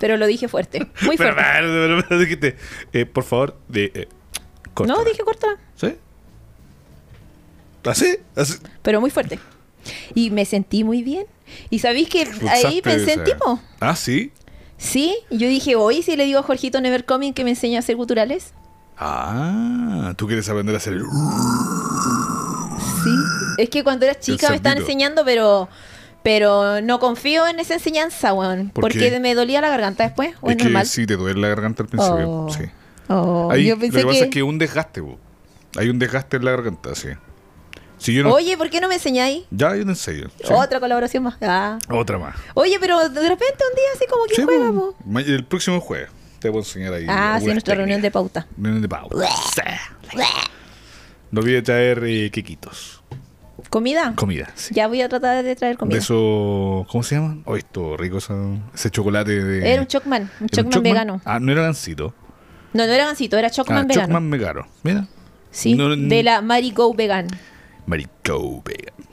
S1: Pero lo dije fuerte, muy
S2: pero,
S1: fuerte.
S2: pero, pero, pero dijiste, eh, por favor, de, eh,
S1: No,
S2: córtala.
S1: dije córtala.
S2: ¿Sí? ¿Así? ¿Así?
S1: pero muy fuerte. Y me sentí muy bien. Y sabéis que ahí
S2: Usaste
S1: pensé en
S2: esa-
S1: tipo.
S2: Ah, sí.
S1: Sí, y yo dije, hoy si le digo a Jorgito Nevercoming que me enseñe a hacer guturales.
S2: Ah, tú quieres aprender a hacer. el-
S1: Sí. Es que cuando era chica me estaban
S2: cerdito.
S1: enseñando, pero pero no confío en esa enseñanza, weón.
S2: ¿Por
S1: porque
S2: qué?
S1: me dolía la garganta después, o es
S2: Es que
S1: normal.
S2: sí, te duele la garganta al principio.
S1: Oh.
S2: Sí.
S1: Oh,
S2: Ahí,
S1: yo pensé que,
S2: lo que, pasa es que un desgaste, po. Hay un desgaste en la garganta, sí. Si yo no.
S1: Oye, ¿por qué no me enseñáis?
S2: Ya, yo te enseño. sí.
S1: Otra colaboración más. Ah.
S2: Otra más.
S1: Oye, pero de repente un día así como que
S2: Sí,
S1: juega,
S2: po.
S1: po.
S2: Ma- El próximo jueves te voy a enseñar ahí.
S1: Ah, sí,
S2: algunas
S1: nuestra reunión de
S2: técnicas.
S1: pauta.
S2: Reunión de pavo. Sí. No olvides traer eh, quequitos.
S1: ¿Comida?
S2: Comida, sí.
S1: Ya voy a tratar de traer comida.
S2: De eso, ¿cómo se llama? Oh, esto rico, esa- ese chocolate de...
S1: Era un chocman, un
S2: ¿Era
S1: chocman vegano.
S2: Ah, no era gansito.
S1: No, no era gancito, era chocman
S2: Ah,
S1: vegano.
S2: chocman vegano. Mira,
S1: Sí,
S2: No, no.
S1: de la Mary Go Vegan.
S2: marico vegano.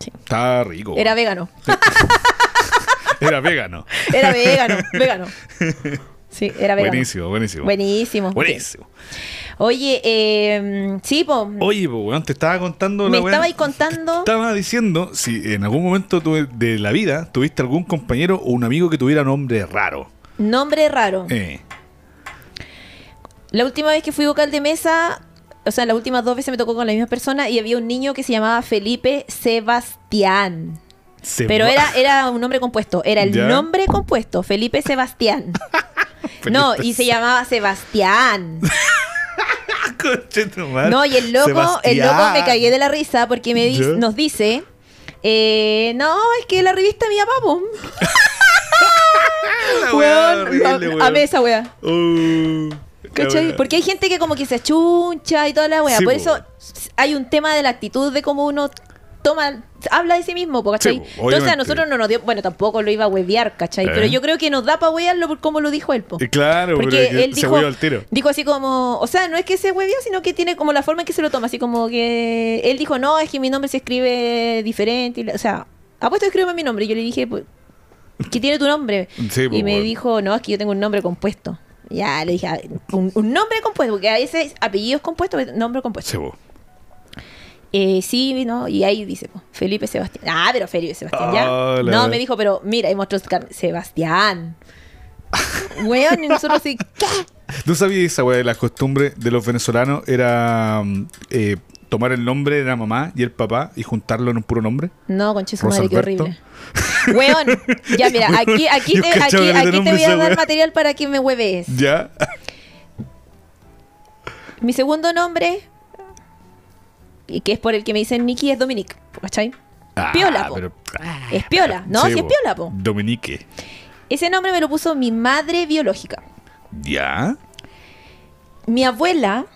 S1: Sí.
S2: Está rico.
S1: Era vegano.
S2: Era vegano.
S1: Era vegano, vegano. Sí, era vegano.
S2: buenísimo, buenísimo.
S1: Buenísimo.
S2: Buenísimo.
S1: Oye, eh, sí, po.
S2: Oye, pues, weón, te estaba contando
S1: me
S2: la weá.
S1: estaba ahí contando.
S2: Estaba diciendo si en algún momento tu- de la vida tuviste algún compañero o un amigo que tuviera nombre raro.
S1: Nombre raro.
S2: Eh,
S1: La última vez que fui vocal de mesa, o sea, las últimas dos veces me tocó con la misma persona y había un niño que se llamaba Felipe Sebastián.
S2: se
S1: Pero
S2: va-
S1: era, era un nombre compuesto. Era el
S2: ¿Ya?
S1: nombre compuesto, Felipe Sebastián. no, y se llamaba Sebastián.
S2: Conche tu madre.
S1: No, y el loco, el loco me
S2: Sebastián.
S1: cagué de la risa porque me dice-
S2: ¿Ya?
S1: nos dice, eh, no, es que la revista de mi papá, po".
S2: La weá
S1: Weón,
S2: horrible,
S1: a-
S2: weón.
S1: amé esa wea.
S2: Uh, la
S1: ¿Cachai?
S2: weá.
S1: Porque hay gente que como que se achuncha y toda la wea.
S2: Sí,
S1: Por
S2: po.
S1: eso s- hay un tema de la actitud de cómo uno toma, habla de sí mismo, po, ¿cachai?
S2: Sí, po,
S1: Entonces
S2: obviamente.
S1: a nosotros no nos dio, bueno, tampoco lo iba a huevear, ¿cachai?
S2: Eh.
S1: Pero yo creo que nos da para huevearlo por cómo lo dijo él, po.
S2: Eh, Claro,
S1: Porque
S2: pero que
S1: él
S2: se
S1: dijo,
S2: huyó al tiro.
S1: dijo así como, o sea, no es que se huevió, sino que tiene como la forma en que se lo toma, así como que él dijo, no, es que mi nombre se escribe diferente, y la- o sea, apuesto que escríbeme mi nombre, y yo le dije, pues, ¿qué tiene tu nombre?
S2: Sí, pues, po,
S1: y me
S2: weón.
S1: dijo, no, es que yo tengo un nombre compuesto. Ya, le dije, "Ah, un, un nombre compuesto, porque a veces apellidos compuestos, nombre compuesto.
S2: Sí, po.
S1: Eh, sí, ¿no? Y ahí dice, po, Felipe Sebastián. Ah, pero Felipe Sebastián,
S2: Ah,
S1: ¿ya?
S2: la
S1: No,
S2: ver-
S1: me dijo, pero mira, y mostró su carne. Sebastián. Weón, y nosotros así, ¿qué?
S2: ¿Tú sabías esa weá de la costumbre de los venezolanos era mm, eh, tomar el nombre de la mamá y el papá y juntarlo en un puro nombre?
S1: No, conche su
S2: Rosa
S1: madre, qué
S2: Alberto.
S1: horrible. Weón, ya mira, aquí, aquí,
S2: Yo
S1: te,
S2: cachaba
S1: aquí,
S2: que le
S1: aquí te
S2: nombre
S1: voy
S2: esa
S1: a dar
S2: weá.
S1: material para que me hueves.
S2: ¿Ya?
S1: Mi segundo nombre, y que es por el que me dicen Nicky, es Dominique, ¿cachai?
S2: Ah,
S1: Piola, po.
S2: pero- ah,
S1: Es piola, ¿no? Sí, es
S2: po.
S1: piola, po.
S2: Dominique.
S1: Ese nombre me lo puso mi madre biológica.
S2: ¿Ya?
S1: Mi abuela,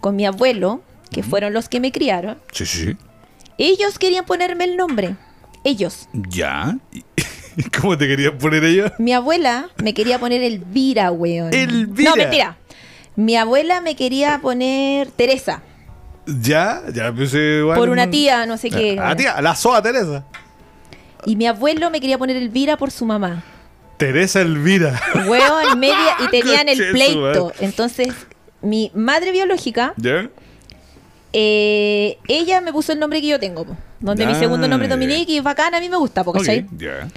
S1: con mi abuelo, que fueron los que me criaron,
S2: Sí, sí, sí.
S1: ellos querían ponerme el nombre. Ellos.
S2: ¿Ya? ¿Y y cómo te querías poner ella?
S1: Mi abuela me quería poner Elvira, weón.
S2: Elvira.
S1: No, mentira. Mi abuela me quería poner Teresa.
S2: ¿Ya? Ya pues, eh, puse igual.
S1: Por una tía, no sé qué.
S2: Ah, tía, la soa Teresa.
S1: Y mi abuelo me quería poner Elvira por su mamá.
S2: Teresa Elvira.
S1: Hueón, media. Y tenían
S2: Conche
S1: el
S2: su
S1: pleito.
S2: madre.
S1: Entonces, mi madre biológica,
S2: ¿Ya?
S1: eh, ella me puso el nombre que yo tengo. po. Donde mi
S2: Ah,
S1: segundo nombre es
S2: ya.
S1: Dominique y es bacán, a mí me gusta, po, ¿cachai?
S2: Ok, Ya.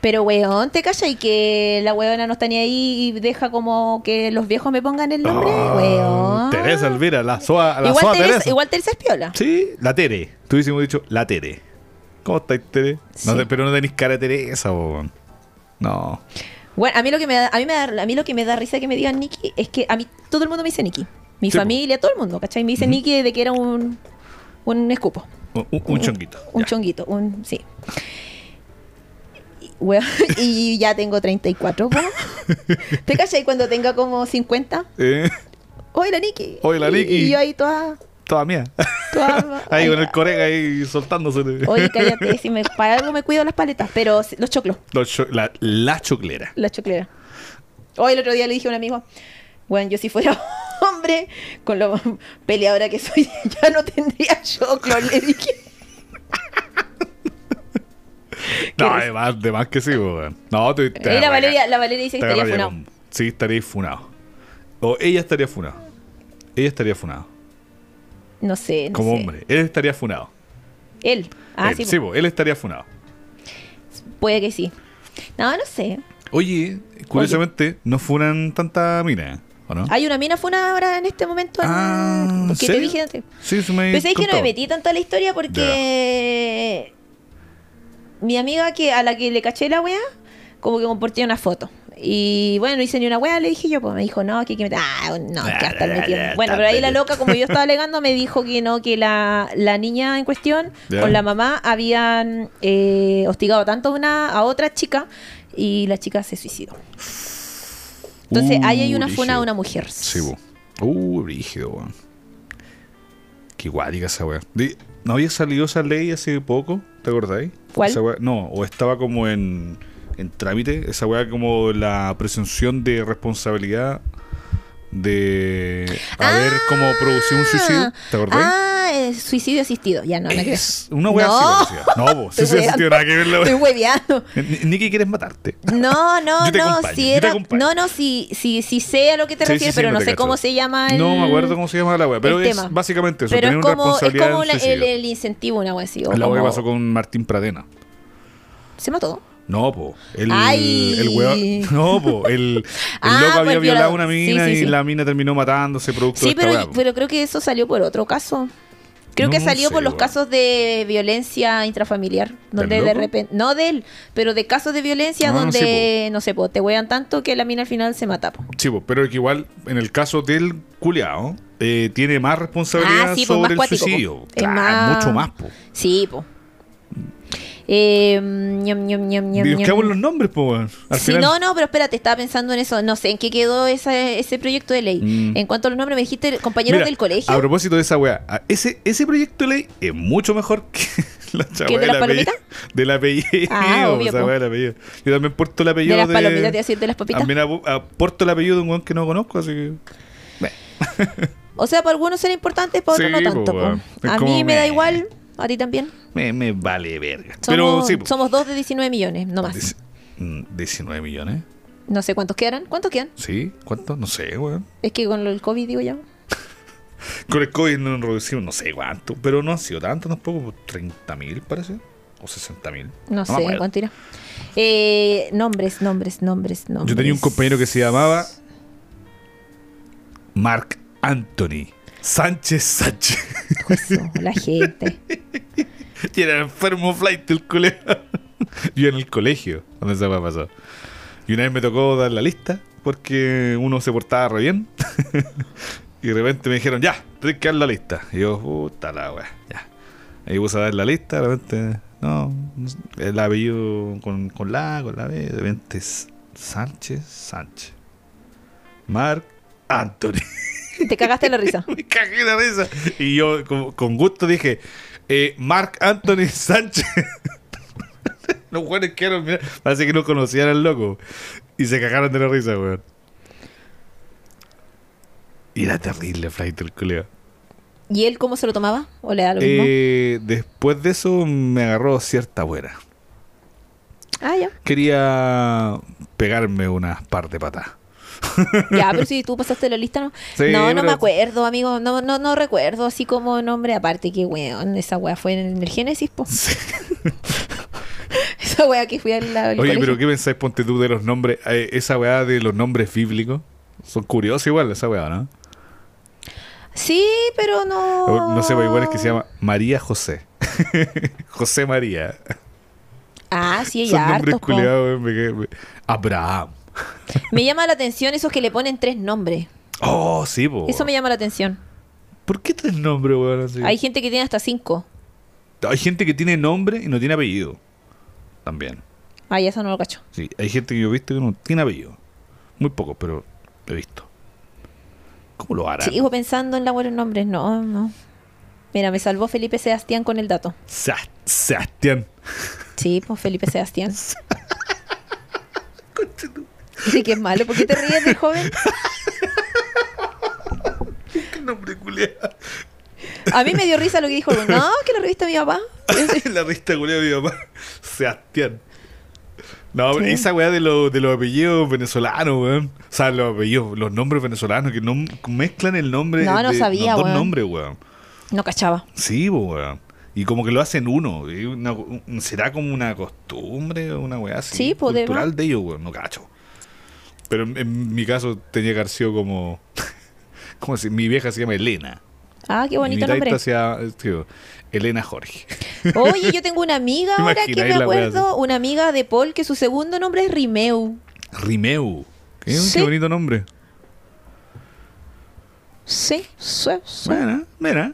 S1: Pero, weón, te calla y que la weona no está ni ahí y deja como que los viejos me pongan el nombre,
S2: Oh,
S1: weón.
S2: Teresa Elvira, la soa, la
S1: igual,
S2: soa
S1: Teresa,
S2: Teresa.
S1: igual Teresa es piola.
S2: Sí, la Tere. Tú hubiésemos dicho la Tere. ¿Cómo estáis, Tere? No
S1: Sí.
S2: te- pero no tenéis cara de Teresa, po, weón. No.
S1: Bueno, a mí lo que me da, a mí me da, a mí lo que me da risa que me digan Nicky es que a mí todo el mundo me dice Nicky. Mi
S2: Sí, po.
S1: familia, todo el mundo, ¿cachai? Me dice Nicky desde que era un, un escupo,
S2: Un, un- un chonquito.
S1: un
S2: Ya.
S1: chonguito, un sí. Y, weón, y ya tengo 34, po. ¿Te cachai? Cuando tenga como 50,
S2: Eh,
S1: ¡Hola, Nicky!
S2: Hola,
S1: Y-
S2: Nicky.
S1: Y yo ahí toda.
S2: toda mía.
S1: toda
S2: Ahí con el corega ahí soltándose.
S1: Oye, cállate, si me, para algo me cuido las paletas, pero si- los choclos,
S2: Los cho- la, la choclera.
S1: las chocleras. Hoy el otro día le dije a un amigo, bueno, yo si fuera hombre, con lo peleadora que soy, ya no tendría choclos, le dije.
S2: No,
S1: risa.
S2: de más, de más que sí, po, weón. No, te, te
S1: Ahí la
S2: agarra-
S1: Valeria, la Valeria dice
S2: te
S1: que estaría
S2: agarra
S1: funado.
S2: bien. Sí, estaría funado. O ella estaría funado. Ella estaría funado.
S1: No sé, no
S2: Como
S1: sé.
S2: hombre. Él estaría funado.
S1: Él. Ah,
S2: él,
S1: sí,
S2: sí, po, él estaría funado.
S1: puede que sí. No, no sé.
S2: Oye, curiosamente, no funan tanta mina, ¿eh? ¿o no?
S1: Hay una mina funa ahora en este momento. en-
S2: Ah,
S1: que te
S2: ¿serio?
S1: dije antes.
S2: Sí, se me
S1: Pensé que no me
S2: contaba.
S1: metí tanto a la historia porque mi amiga que a la que le caché la wea, como que compartía una foto. Y bueno, no hice ni una wea, le dije yo, pues me dijo, no, que hay que meter. Ah, no,
S2: Ah,
S1: que hasta el
S2: ya,
S1: metido.
S2: ya,
S1: Bueno,
S2: está
S1: pero ahí la
S2: metido.
S1: loca, como yo estaba alegando, me dijo que no, que la, la niña en cuestión,
S2: Ya.
S1: con la mamá, habían eh, hostigado tanto a una, a otra chica y la chica se suicidó. Entonces ahí hay
S2: Uh,
S1: una funa
S2: brígido.
S1: de una mujer.
S2: Sí, po. Uh, rígido, weón. Qué guática esa weá. Di- ¿No había salido esa ley hace poco? ¿Te acordáis?
S1: ¿Cuál?
S2: Esa weá- no, o estaba como en, en trámite. Esa weá como la presunción de responsabilidad de haber
S1: Ah,
S2: como producido un suicidio. ¿Te acordáis?
S1: Ah, eh, suicidio asistido. Ya no, no creo.
S2: es una weá
S1: no.
S2: así. parecía. No, po. Sí,
S1: Estoy
S2: sí, sí, tiene nada que ver la
S1: Estoy
S2: weá.
S1: hueveando.
S2: Ni- Niki, ¿quieres matarte?
S1: No, no,
S2: Yo te
S1: no,
S2: acompaño,
S1: si
S2: yo te
S1: era,
S2: acompaño.
S1: no, no, si, si, si sé a lo que te
S2: Sí, sí,
S1: refieres,
S2: sí,
S1: pero
S2: no
S1: no
S2: te
S1: sé
S2: cacho.
S1: cómo se llama el,
S2: No me acuerdo cómo se llama la weá, pero
S1: el
S2: es
S1: tema.
S2: básicamente eso.
S1: Pero
S2: tener
S1: es
S2: una
S1: como, es
S2: responsabilidad
S1: como
S2: en
S1: la-
S2: un
S1: el,
S2: suicidio.
S1: el incentivo, una wea así. o
S2: Es la weá que
S1: como-
S2: pasó con Martín Pradena.
S1: ¿Se mató?
S2: No, po. El,
S1: Ay.
S2: el weón- No, po. El, el
S1: Ah,
S2: loco había
S1: por
S2: violado a
S1: violador.
S2: una
S1: Sí,
S2: mina
S1: sí,
S2: y
S1: sí.
S2: la mina terminó matándose producto de
S1: Sí,
S2: esta weá,
S1: pero,
S2: po.
S1: pero creo que eso salió por otro caso. Creo que
S2: No
S1: salió
S2: sé,
S1: por los
S2: weón.
S1: casos de violencia intrafamiliar, donde de
S2: loco?
S1: repente, no de él, pero de casos de violencia
S2: Ah,
S1: donde,
S2: sí,
S1: no sé, po, te wean tanto que la mina al final se mata. po.
S2: Sí, po, pero que igual, en el caso del culiao, eh, tiene más responsabilidad
S1: Ah, sí, po,
S2: sobre
S1: más
S2: el
S1: cuático, po.
S2: suicidio.
S1: Es
S2: Claro,
S1: más-
S2: Mucho más, po.
S1: Sí, po. Eh, ñam, ñam, ñam, ñam,
S2: Buscamos
S1: ñam.
S2: los nombres, pues, weón. Al
S1: Sí,
S2: final.
S1: no, no, pero espérate, estaba pensando en eso. No sé en qué quedó esa- ese proyecto de ley.
S2: Mm.
S1: En cuanto a los nombres, me dijiste compañeros
S2: Mira,
S1: del colegio.
S2: A propósito de esa weá, a- ese, ese proyecto de ley es mucho mejor que la chava
S1: ¿Que el de las palomitas?
S2: Del apellido.
S1: Ah, obvio,
S2: esa
S1: po.
S2: weá del apellido. Yo también porto el apellido
S1: de
S2: de.
S1: las palomitas, te decir, de las papitas.
S2: También abu- aporto ah, el apellido de un weón que no conozco, así que.
S1: O sea, para algunos será importante, para otros
S2: Sí,
S1: no tanto.
S2: po,
S1: po.
S2: weón. Es
S1: A
S2: como
S1: mí me da
S2: meh.
S1: igual, a ti también.
S2: Me, me vale verga. Pero
S1: Somos,
S2: sí, po.
S1: somos dos de 19 millones, no más.
S2: Dieci- mm, 19 millones.
S1: No sé cuántos quedarán. ¿Cuántos quedan?
S2: ¿Sí? ¿Cuánto? No sé, weón.
S1: Es que con el COVID, digo yo.
S2: Con el COVID no han reducido, no sé cuánto. Pero no ha sido tanto tampoco. 30 mil, parece. O 60 mil.
S1: No, sé en cuánto irá. Eh, nombres, nombres, nombres, nombres.
S2: Yo tenía un compañero que se llamaba Mark Anthony Sánchez Sánchez.
S1: Eso, la gente.
S2: y era enfermo flight del colegio. Yo en el colegio, donde se me pasó. Y una vez me tocó dar la lista porque uno se portaba re bien. y de repente me dijeron, ya, tenés que dar la lista. Y yo, puta la wea, ya. Ahí puse a dar la lista, de repente, no, el apellido con, con la, A, con la B, de repente es Sánchez, Sánchez. Mark Anthony.
S1: Te cagaste la risa.
S2: Me cagué la risa. Y yo con, con gusto dije, eh, Mark Anthony Sánchez. Los buenos quedaron, mira, parece que no conocían al loco. Y se cagaron de la risa, weón. Y era terrible flight del culeo.
S1: ¿Y él cómo se lo tomaba? ¿O le da lo mismo?
S2: Eh, después de eso me agarró cierta buena.
S1: ah, ya.
S2: Quería pegarme unas par de patas.
S1: Ya, pero si tú pasaste la lista, ¿no?
S2: Sí,
S1: no, no
S2: pero-
S1: me acuerdo, amigo. No, no, no recuerdo así como nombre. Aparte que, weón, esa weá fue en el Génesis, po. esa weá que fui al lado del
S2: Oye,
S1: colegio.
S2: pero ¿qué pensáis, ponte tú, de los nombres? eh, esa weá de los nombres bíblicos. Son curiosos igual, esa weá, ¿no?
S1: Sí, pero no...
S2: No sé, pero igual es que se llama María José. José María.
S1: Ah, sí,
S2: Son
S1: ella
S2: nombres
S1: hartos, po.
S2: culiados. me quedé- me- Abraham.
S1: Me llama la atención esos que le ponen tres nombres.
S2: Oh, sí, po.
S1: Eso me llama la atención.
S2: ¿Por qué tres nombres, weón? así?
S1: Hay gente que tiene hasta cinco.
S2: Hay gente que tiene nombre y no tiene apellido. También.
S1: Ah, ya eso no lo cacho.
S2: Sí, hay gente que yo he visto que no tiene apellido. Muy poco, pero he visto. ¿Cómo lo harán?
S1: Sigo pensando en la buenos nombres. No, no. Mira, me salvó Felipe Sebastián con el dato.
S2: Sa- Sebastián.
S1: Sí, pues Felipe Sebastián. Dice que es malo. ¿Por qué te ríes de joven?
S2: Qué nombre culiado.
S1: A mí me dio risa lo que dijo. el güey. No, que la revista de mi papá.
S2: la revista culiada de mi papá. Sebastián. No,
S1: Sí.
S2: esa weá de, lo- de los apellidos venezolanos, weón. O sea, los apellidos, los nombres venezolanos que nom- mezclan el nombre.
S1: No, no
S2: de
S1: sabía,
S2: los dos
S1: weón.
S2: nombres, weón.
S1: No cachaba.
S2: Sí, po, weón. Y como que lo hacen uno. y una- un- será como una costumbre o una weá así.
S1: Sí, po, de
S2: cultural
S1: más.
S2: de ellos, weón. No cacho. Pero en, en mi caso tenía que haber sido como. ¿Cómo se Mi vieja se llama Elena.
S1: Ah, qué
S2: y mi
S1: bonito
S2: taita
S1: nombre.
S2: se llama, eh, tío, Elena Jorge.
S1: Oye, yo tengo una amiga ahora que
S2: Imagináis
S1: me
S2: la wea
S1: acuerdo. Una amiga de Paul que su segundo nombre es Rimeu.
S2: Rimeu. Qué,
S1: Sí.
S2: qué bonito nombre.
S1: Sí, sue, sue.
S2: Mira, mira.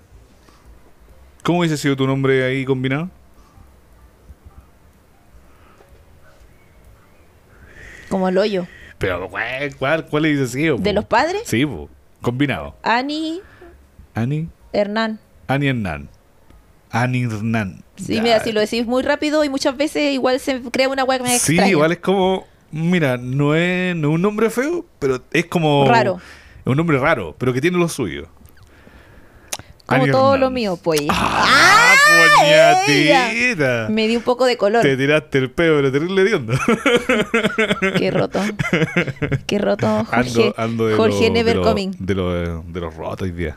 S2: ¿Cómo hubiese sido tu nombre ahí combinado?
S1: Como el hoyo.
S2: Pero, güey, ¿cuál, cuál hubiese sido? po?
S1: ¿De los padres?
S2: Sí, po. combinado.
S1: Ani
S2: Ani,
S1: Hernán.
S2: Ani Hernán. Ani Hernán.
S1: Sí,
S2: Ya.
S1: mira, si lo decís muy rápido y muchas veces igual se crea una wea que me
S2: Sí,
S1: extraña.
S2: igual es como. Mira, no es, no es un nombre feo, pero es como.
S1: Raro.
S2: Es un nombre raro, pero que tiene lo suyo.
S1: Como
S2: Ani
S1: todo
S2: Hernán.
S1: lo mío, pues.
S2: ¡Ah, puñetita!
S1: Me di un poco de color.
S2: Te tiraste el pedo, pero terrible hediondo.
S1: Qué roto. Qué roto, Jorge.
S2: Ando, ando de
S1: Jorge
S2: lo-
S1: Never
S2: de lo-
S1: Coming.
S2: De los de los rotos hoy día.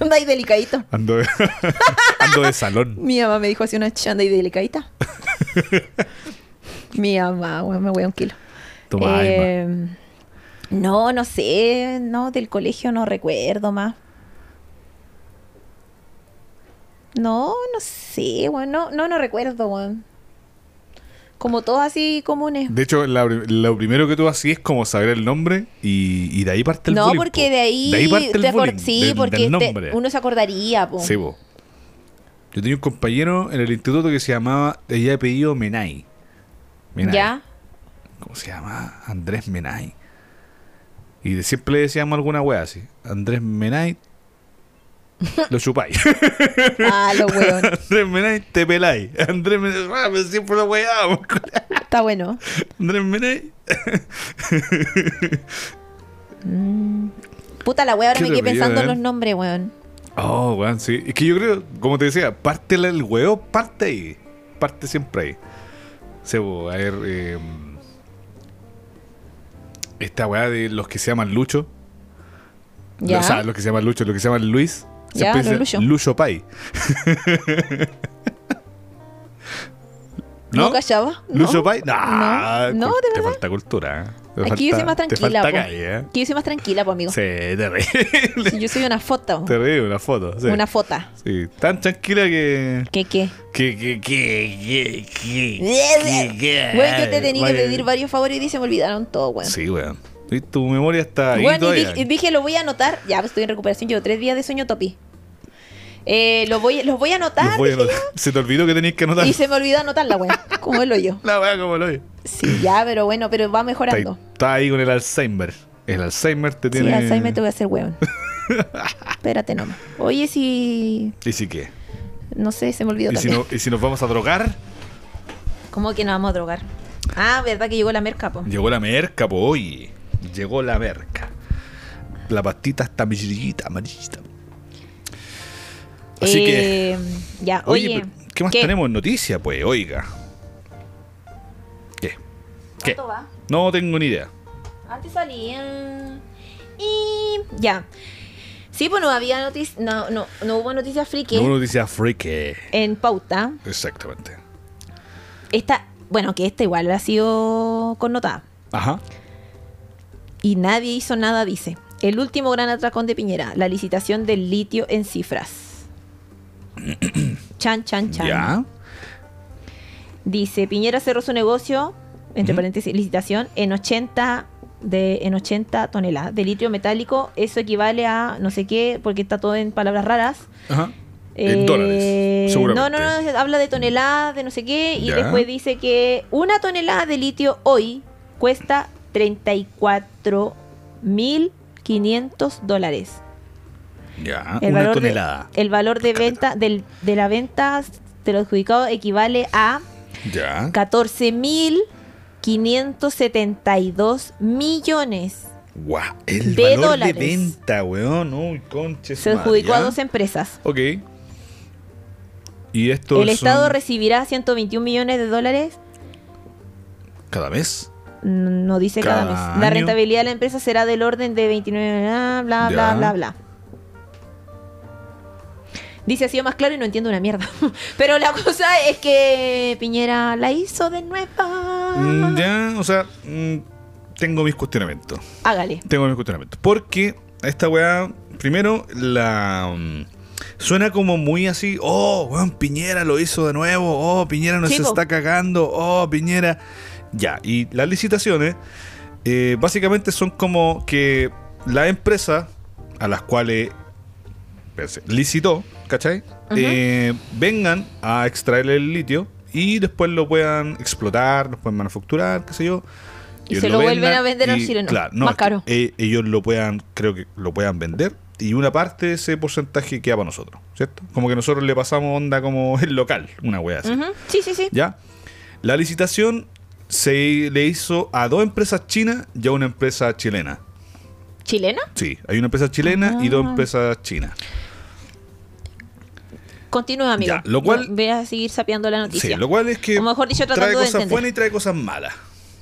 S1: Andáis delicadito.
S2: Ando de, ando de salón.
S1: Mi mamá me dijo así una chanda y delicadita. Mi mamá, weón, me voy a un kilo.
S2: Toma, Aima.
S1: Eh, no, no sé, no, del colegio no recuerdo más. No, no sé, weón, no, no, no recuerdo, weón. Como todos así comunes.
S2: De hecho, la pri- lo primero que tú hacías es como saber el nombre y, y de ahí parte el
S1: no,
S2: bullying,
S1: porque
S2: po.
S1: de ahí,
S2: De ahí parte el
S1: te acor-
S2: bullying,
S1: sí,
S2: del-
S1: porque este,
S2: del
S1: te-
S2: nombre.
S1: uno se acordaría, po.
S2: Sí, po. Yo tenía un compañero en el instituto que se llamaba, ella de apellido Menay. Menay.
S1: ¿Ya?
S2: ¿Cómo se llama? Andrés Menay. Y de- siempre le decíamos alguna wea así. Andrés Menay, lo chupáis.
S1: Ah, lo weón.
S2: Andrés Menay, te peláis. Andrés Menay, ah, pero siempre lo weábamos.
S1: Está bueno.
S2: Andrés Menay.
S1: Puta la wea, ahora
S2: Qué
S1: me quedé
S2: terrible,
S1: pensando en
S2: ¿eh?
S1: los nombres, weón.
S2: Oh, weón, sí. Es que yo creo, como te decía, parte la- el huevo, parte ahí. Parte siempre ahí. Sebo, a ver. eh, esta weá de los que se llaman Lucho.
S1: Ya.
S2: O sea, los que se llaman Lucho, los que se llaman Luis.
S1: Ya,
S2: siempre
S1: los
S2: dicen
S1: Lucho.
S2: Lucho Pai.
S1: ¿No? callaba? ¿No?
S2: ¿Lucho Pai? Nah,
S1: No, no, de
S2: Te
S1: verdad.
S2: falta cultura. ¿eh? Te
S1: Aquí yo soy
S2: falta-
S1: más
S2: Te
S1: tranquila,
S2: falta
S1: po.
S2: calle, ¿eh?
S1: Que yo soy más tranquila, pues, amigo.
S2: Sí, terrible.
S1: Si yo soy una fota, po.
S2: terrible, una foto. sí.
S1: una fota.
S2: Sí, tan tranquila que.
S1: ¿Qué, qué?
S2: Que, que, que, que, que.
S1: Weón, yo te tenía que
S2: Vaya-
S1: pedir varios favores y se me olvidaron todo, weón.
S2: Sí, weón. Y tu memoria está ahí
S1: Bueno, y
S2: todavía.
S1: dije, y dije, lo voy a anotar. Ya, pues, estoy en recuperación. Llevo tres días de sueño topi. Eh, lo voy, los voy a
S2: Los
S1: anotar.
S2: voy a
S1: dije
S2: anotar. Se te olvidó que tenías que
S1: yo,
S2: anotar.
S1: y se me olvidó anotar la weá. Como el hoyo.
S2: La weá como lo oye.
S1: Sí, ya, pero bueno, pero va
S2: Está,
S1: mejorando.
S2: ahí- está ahí con el Alzheimer. El Alzheimer te tiene.
S1: Sí, Alzheimer te voy a hacer weón. Espérate nomás. Oye, si.
S2: ¿Y si qué?
S1: No sé, se me olvidó
S2: ¿Y si,
S1: también.
S2: no- ¿Y si nos vamos a drogar?
S1: ¿Cómo que nos vamos a drogar? Ah, verdad que llegó la merca, po.
S2: Llegó la merca, po, oye. Llegó la merca. La pastita está amarillita, amarillita. Así que.
S1: Eh, Ya, oye.
S2: pero ¿qué más tenemos en noticia? Pues, oiga. ¿Qué? ¿Qué?
S1: ¿Cuánto va? Ah,
S2: No tengo ni idea.
S1: Antes salía. Y. Ya. Sí, pues no había noticias. No, no, no hubo noticias friki
S2: No noticia freaky.
S1: en pauta.
S2: Exactamente.
S1: Esta. Bueno, que esta igual ha sido connotada.
S2: Ajá.
S1: Y nadie hizo nada, dice. El último gran atracón de Piñera, la licitación del litio en cifras. chan, chan, chan.
S2: Ya.
S1: Dice, Piñera cerró su negocio, entre paréntesis, licitación, en 80, de, en 80 toneladas de litio metálico. Eso equivale a no sé qué, porque está todo en palabras raras. Eh,
S2: Ajá. En dólares,
S1: No, no,
S2: seguramente.
S1: no, habla de toneladas, de no sé qué, y
S2: Ya.
S1: después dice que una tonelada de litio hoy cuesta 34.500 dólares.
S2: Ya.
S1: El
S2: Ah, Una
S1: valor de-
S2: tonelada.
S1: el valor de venta del, de la venta del adjudicado equivale a
S2: Ya.
S1: 14.572 millones.
S2: Guau. El
S1: de
S2: valor
S1: dólares.
S2: de venta, weón. Uy, conche. su
S1: Se adjudicó a
S2: madre,
S1: dos empresas.
S2: ya. Ok. Y esto
S1: el Estado
S2: son
S1: recibirá 121 millones de dólares
S2: cada mes.
S1: No dice cada,
S2: Cada
S1: mes. La
S2: año.
S1: rentabilidad de la empresa será del orden de 29, bla, bla, bla,
S2: Ya.
S1: bla, bla. Dice así o más claro y no entiendo una mierda. Pero la cosa es que Piñera la hizo de
S2: Mm,
S1: nuevo.
S2: Ya, o sea, mm, tengo mis cuestionamientos.
S1: Hágale.
S2: Tengo mis cuestionamientos. Porque esta weá, primero, la. mm, Suena como muy así, oh, weón, Piñera lo hizo de nuevo, oh, Piñera nos
S1: Sí, po.
S2: está cagando, oh, Piñera. Ya, y las licitaciones eh, básicamente son como que las empresas a las cuales espérense, licitó, ¿cachai? Eh, vengan a extraer el litio y después lo puedan explotar, lo puedan manufacturar, qué sé yo.
S1: Y
S2: Ellos
S1: se lo vuelven
S2: vendan
S1: a vender al
S2: y,
S1: chileno.
S2: Claro, no,
S1: Más
S2: es que,
S1: caro.
S2: eh, ellos lo puedan, creo que lo puedan vender y una parte de ese porcentaje queda para nosotros, ¿cierto? Como que nosotros le pasamos onda como el local, una wea así.
S1: Ujú. Sí, sí, sí.
S2: ¿Ya? La licitación se le hizo a dos empresas chinas y a una empresa chilena.
S1: ¿Chilena?
S2: Sí, hay una empresa chilena y dos empresas chinas.
S1: Continúa, amigo.
S2: Ya, lo cual-
S1: Yo Voy a seguir sapeando la noticia.
S2: Sí, lo cual es que
S1: O mejor dicho, tratando
S2: trae
S1: de
S2: cosas
S1: entender.
S2: buenas y trae cosas malas.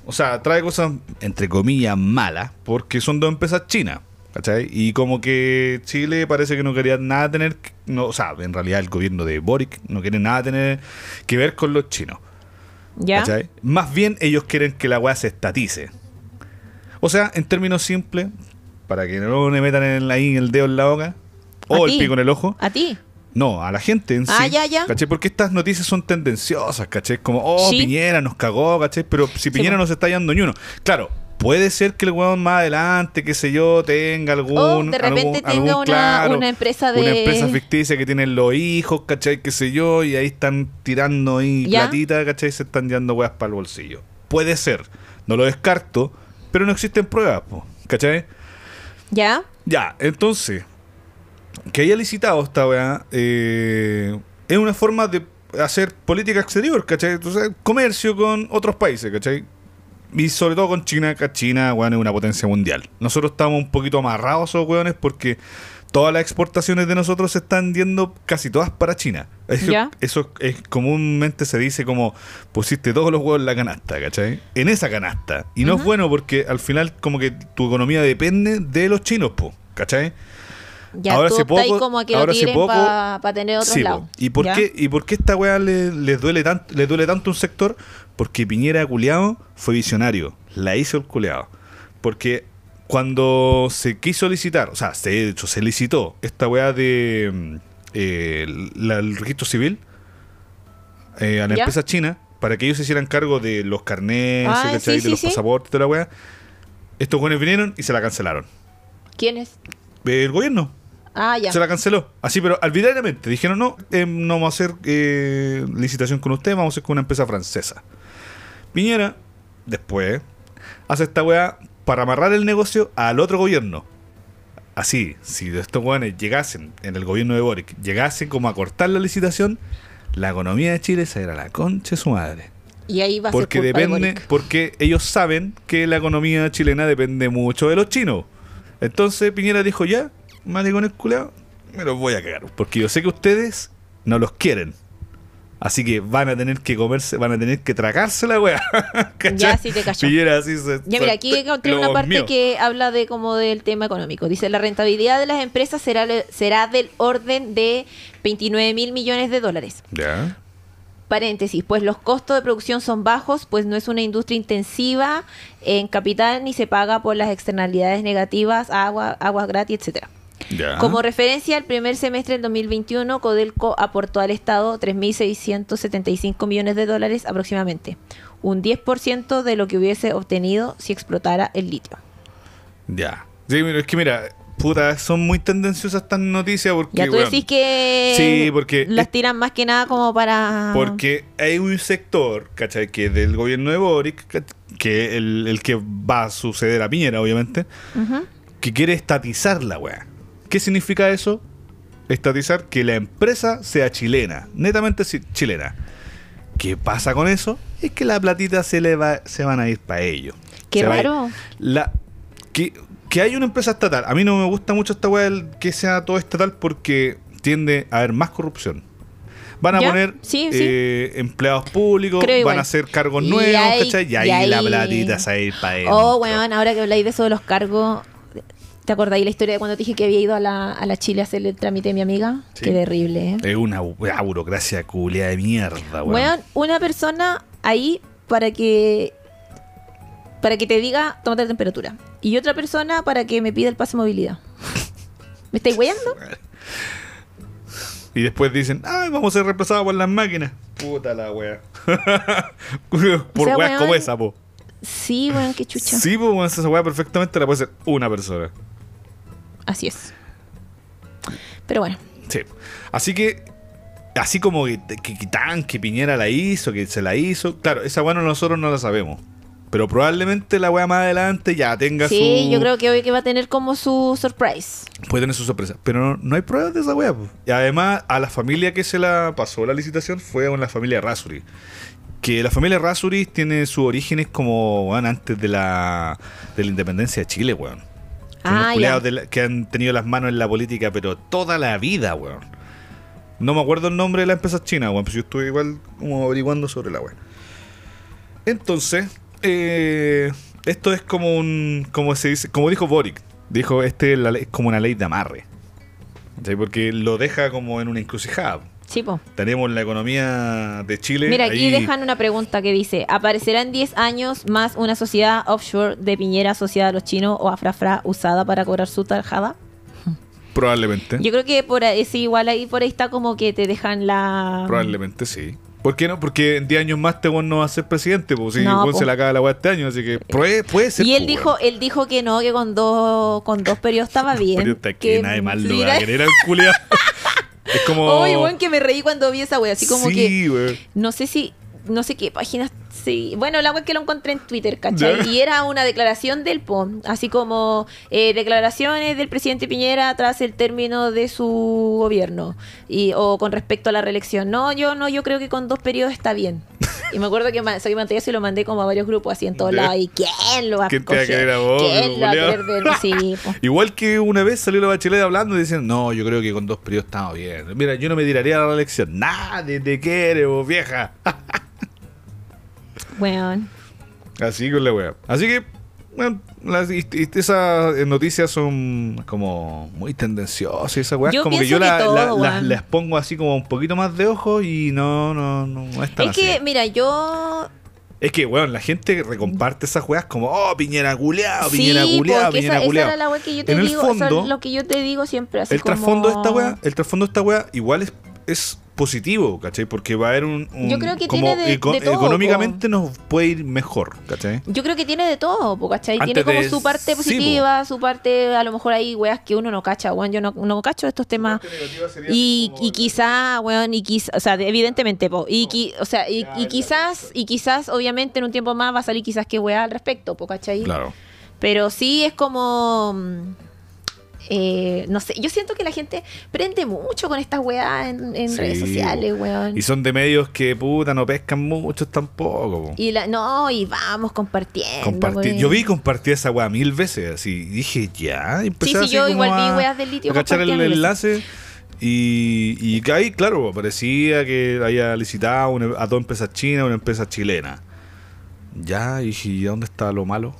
S2: O sea, trae cosas, entre comillas, malas, porque son dos empresas chinas. ¿Cachai? Y como que Chile parece que no quería nada tener, no, o sea, en realidad el gobierno de Boric no quiere nada tener que ver con los chinos.
S1: ¿Ya?
S2: ¿Cachai? Más bien ellos quieren que la weá se estatice. O sea, en términos simples, para que no me metan en, ahí el dedo en la boca, o
S1: ¿A
S2: el
S1: ti?
S2: pico en el ojo.
S1: ¿A ti?
S2: No, a la gente en sí.
S1: Ah, ya, ya.
S2: ¿Cachai? Porque estas noticias son tendenciosas, ¿cachai? Como, oh,
S1: Sí.
S2: Piñera nos cagó, ¿cachai? Pero si Piñera
S1: po.
S2: no se está yendo ni uno. Claro, Puede ser que el weón más adelante, qué sé yo, tenga algún.
S1: O Oh, de repente
S2: algún-
S1: tenga
S2: algún,
S1: una-
S2: claro,
S1: una empresa de-
S2: Una empresa ficticia que tienen los hijos, ¿cachai? Qué sé yo, y ahí están tirando ahí
S1: ¿Ya?
S2: platita, ¿cachai? Se están llevando weas para el bolsillo. Puede ser. No lo descarto, pero no existen pruebas, po, ¿cachai?
S1: ¿Ya?
S2: Ya, entonces, que haya licitado esta weá eh, es una forma de hacer política exterior, ¿cachai? Entonces, comercio con otros países, ¿cachai? Y sobre todo con China, que China, weón, es una potencia mundial. Nosotros estamos un poquito amarrados a esos weones porque todas las exportaciones de nosotros se están yendo casi todas para China. Eso,
S1: Ya.
S2: eso es comúnmente se dice como pusiste todos los huevos en la canasta, ¿cachai? En esa canasta. Y no es bueno porque al final como que tu economía depende de los chinos, po, ¿cachai?
S1: Ya
S2: Ahora
S1: tú
S2: hace
S1: optáis
S2: poco-
S1: como a que lo
S2: ahora hace
S1: tiren
S2: poco-
S1: para tener otro
S2: Sí, po.
S1: lado.
S2: ¿Y por, qué, ¿Y por qué esta weá le- les, duele tanto, les duele tanto un sector? Porque Piñera Culeado fue visionario. La hizo el culeado. Porque cuando se quiso licitar, o sea, se, de hecho se licitó esta weá de mm, eh, la- el registro civil eh, a la
S1: ¿Ya?
S2: empresa china para que ellos se hicieran cargo de los carnets,
S1: Ah,
S2: ¿cachai?
S1: sí,
S2: de
S1: sí,
S2: los
S1: sí.
S2: pasaportes, toda la weá. Estos jóvenes vinieron y se la cancelaron.
S1: ¿Quién es?
S2: El gobierno.
S1: Ah, ya.
S2: Se la canceló. Así, pero arbitrariamente. Dijeron, no, eh, no vamos a hacer eh, licitación con usted, vamos a hacer con una empresa francesa. Piñera, después, hace esta weá para amarrar el negocio al otro gobierno. Así, si estos weones llegasen en el gobierno de Boric, llegasen como a cortar la licitación, la economía de Chile se irá a la concha de su madre.
S1: Y ahí va a
S2: Porque
S1: ser culpa de
S2: depende,
S1: Boric.
S2: porque ellos saben que la economía chilena depende mucho de los chinos. Entonces Piñera dijo ya, maricones culeados, me los voy a cagar, porque yo sé que ustedes no los quieren. Así que van a tener que comerse, van a tener que tragarse la weá. ¿Cachai?
S1: Ya, sí te cacho.
S2: Piñera así se.
S1: Ya mira, aquí encontré una
S2: lo
S1: parte
S2: comió.
S1: que habla de como del tema económico. Dice, la rentabilidad de las empresas será, le- será del orden de 29 mil millones de dólares.
S2: Ya.
S1: Paréntesis, pues los costos de producción son bajos, pues no es una industria intensiva en capital ni se paga por las externalidades negativas, agua, aguas gratis, etcétera.
S2: Ya.
S1: Como referencia, el primer semestre del 2021, Codelco aportó al Estado 3.675 millones de dólares aproximadamente, un 10% de lo que hubiese obtenido si explotara el litio.
S2: Ya. Sí, mira, es que mira, puta, son muy tendenciosas estas noticias porque.
S1: Ya tú
S2: weón,
S1: decís que
S2: Sí, porque-
S1: las tiran más que nada como para...
S2: Porque hay un sector, ¿cachai? Que del gobierno de Boric, ¿cach- que el, el que va a suceder a Piñera, obviamente,
S1: Ujú.
S2: que quiere estatizar la weá. ¿Qué significa eso? Estatizar que la empresa sea chilena, netamente si- chilena. ¿Qué pasa con eso? Es que la platita se le va, se van a ir para ellos.
S1: Qué
S2: Se va a ir.
S1: raro.
S2: La, que, que hay una empresa estatal. A mí no me gusta mucho esta weá del que sea todo estatal porque tiende a haber más corrupción. Van a
S1: Ya,
S2: poner
S1: sí, sí.
S2: eh, empleados públicos,
S1: Creo
S2: van
S1: igual.
S2: a hacer cargos
S1: Y
S2: nuevos,
S1: ahí-
S2: ¿cachai? Y
S1: y
S2: ahí, la
S1: ahí-
S2: platita se va a ir para ellos.
S1: Oh, weón, ahora que habláis de eso de los cargos, ¿te acordáis la historia de cuando te dije que había ido a la, a la Chile a hacer el trámite de mi amiga?
S2: Sí.
S1: Qué terrible, ¿eh?
S2: Es una bu- una burocracia culia de mierda, weón.
S1: Weón, una persona ahí para que para que te diga tómate la temperatura y otra persona para que me pida el pase de movilidad. ¿Me estáis weyando?
S2: Y después dicen, ay, vamos a ser reemplazados por las máquinas. Puta la wea. por
S1: sea,
S2: weas
S1: weón,
S2: como esa, po.
S1: Sí, weón, qué chucha.
S2: Sí, po, weón, esa wea perfectamente la puede hacer una persona.
S1: Así es. Pero bueno,
S2: Sí. Así que, así como que, que, que tan, que Piñera la hizo, que se la hizo. Claro, esa weá no- nosotros no la sabemos. Pero probablemente la weá más adelante ya tenga
S1: sí,
S2: su.
S1: yo creo que hoy que va a tener como su surprise.
S2: Puede tener su sorpresa. Pero no, no hay pruebas de esa weá. po. Y además, a la familia que se la pasó la licitación fue a la familia Rasuri. Que la familia Rasuri tiene sus orígenes como, weón, antes de la, de la independencia de Chile, weón. Son unos
S1: Ah, ya.
S2: culiados de la- que han tenido las manos en la política, pero toda la vida, weón. No me acuerdo el nombre de la empresa china, weón. Pues yo estuve igual como averiguando sobre la weón. Entonces, eh, esto es como un. Como se dice. Como dijo Boric. Dijo, este es, la ley- es como una ley de amarre. ¿Cachai? Porque lo deja como en una encrucijada.
S1: Sí, po.
S2: Tenemos la economía de Chile.
S1: Mira, aquí
S2: ahí-
S1: dejan una pregunta que dice, ¿aparecerá en 10 años más una sociedad offshore de Piñera asociada a los chinos o a Frafra usada para cobrar su tarjada?
S2: Probablemente.
S1: Yo creo que por ahí, sí, igual ahí por ahí está como que te dejan la
S2: Probablemente sí. ¿Por qué no? Porque en 10 años más este weón no va a ser presidente, pues si
S1: No,
S2: weón
S1: po. Eh,
S2: se la acaba la weá este año, así que puede, puede ser.
S1: Y él
S2: po,
S1: dijo,
S2: pues, weón.
S1: él dijo que no, que con dos, con dos periodos estaba bien.
S2: Pero está que, nadie más lo va a querer al culiao. es como.
S1: Oye, weón, que me reí cuando vi esa wea, así como
S2: sí,
S1: que
S2: weón.
S1: no sé si no sé qué páginas sí. Bueno, la wea que lo encontré en Twitter, ¿cachai?
S2: Ya.
S1: Y era una declaración del POM, así como eh, declaraciones del presidente Piñera tras el término de su gobierno y o con respecto a la reelección. No, yo no, yo creo que con dos periodos está bien. Y me acuerdo que ma- soy Mateo y lo mandé como a varios grupos así en todos
S2: Ya.
S1: lados. ¿Y quién lo va a
S2: ¿Quién te va a
S1: coger?
S2: querer a vos,
S1: ¿Quién lo va a
S2: culiao?
S1: querer ver? Sí, po.
S2: Igual que una vez salió la bachelet hablando y diciendo, no, yo creo que con dos periodos estamos bien. Mira, yo no me tiraría a la elección. Nadie te quiere, vos vieja.
S1: Weón.
S2: Así con la wea. Así que, bueno, las, y- y- esas eh, noticias son como muy tendenciosas y esas weas.
S1: Yo
S2: como que
S1: pienso
S2: yo
S1: que
S2: la- la-
S1: todo,
S2: las-
S1: weón.
S2: las pongo así como un poquito más de ojo y no, no, no, no es tan
S1: Es que,
S2: así.
S1: mira, yo
S2: Es que, weón, la gente recomparte esas weas como, oh, piñera culeado, piñera
S1: sí,
S2: culeado,
S1: porque esa,
S2: piñera
S1: esa
S2: culeado.
S1: era la wea que yo te
S2: En el
S1: digo, o sea,
S2: fondo,
S1: lo que yo te digo siempre así
S2: el trasfondo de
S1: como-
S2: esta weá, el trasfondo de esta weá igual es, es positivo, ¿cachai? Porque va a haber un, un-
S1: Yo creo que
S2: como
S1: tiene de-
S2: eco-
S1: de todo,
S2: económicamente nos puede ir mejor, ¿cachai?
S1: Yo creo que tiene de todo, po, ¿cachai?
S2: Antes
S1: tiene como
S2: de-
S1: su parte
S2: sí, po.
S1: positiva, su parte, a lo mejor hay weas que uno no cacha, weón, yo no, no cacho estos temas. Y, y quizá, weón, y quizá, o sea, de- evidentemente, po, y, qui- o sea, y, y quizás, y quizás, obviamente, en un tiempo más va a salir quizás que wea al respecto, po, ¿cachai?
S2: Claro.
S1: Pero sí es como. mm, eh, no sé, yo siento que la gente prende mucho con estas weas en, en
S2: Sí,
S1: redes sociales, weón.
S2: Y son de medios que puta no pescan muchos tampoco. po.
S1: Y la, no, y vamos compartiendo.
S2: Compartir.
S1: weón.
S2: Yo vi compartir esa weá mil veces así. Y dije, ya. y Empecé
S1: Sí, sí,
S2: así
S1: yo
S2: como
S1: igual vi
S2: a-
S1: weas del litio
S2: a cachar el
S1: compartidas mil
S2: enlace. Y, y que ahí, claro, parecía que había licitado una- a dos empresas chinas, una empresa chilena. Ya, y dije, ¿y dónde está lo malo?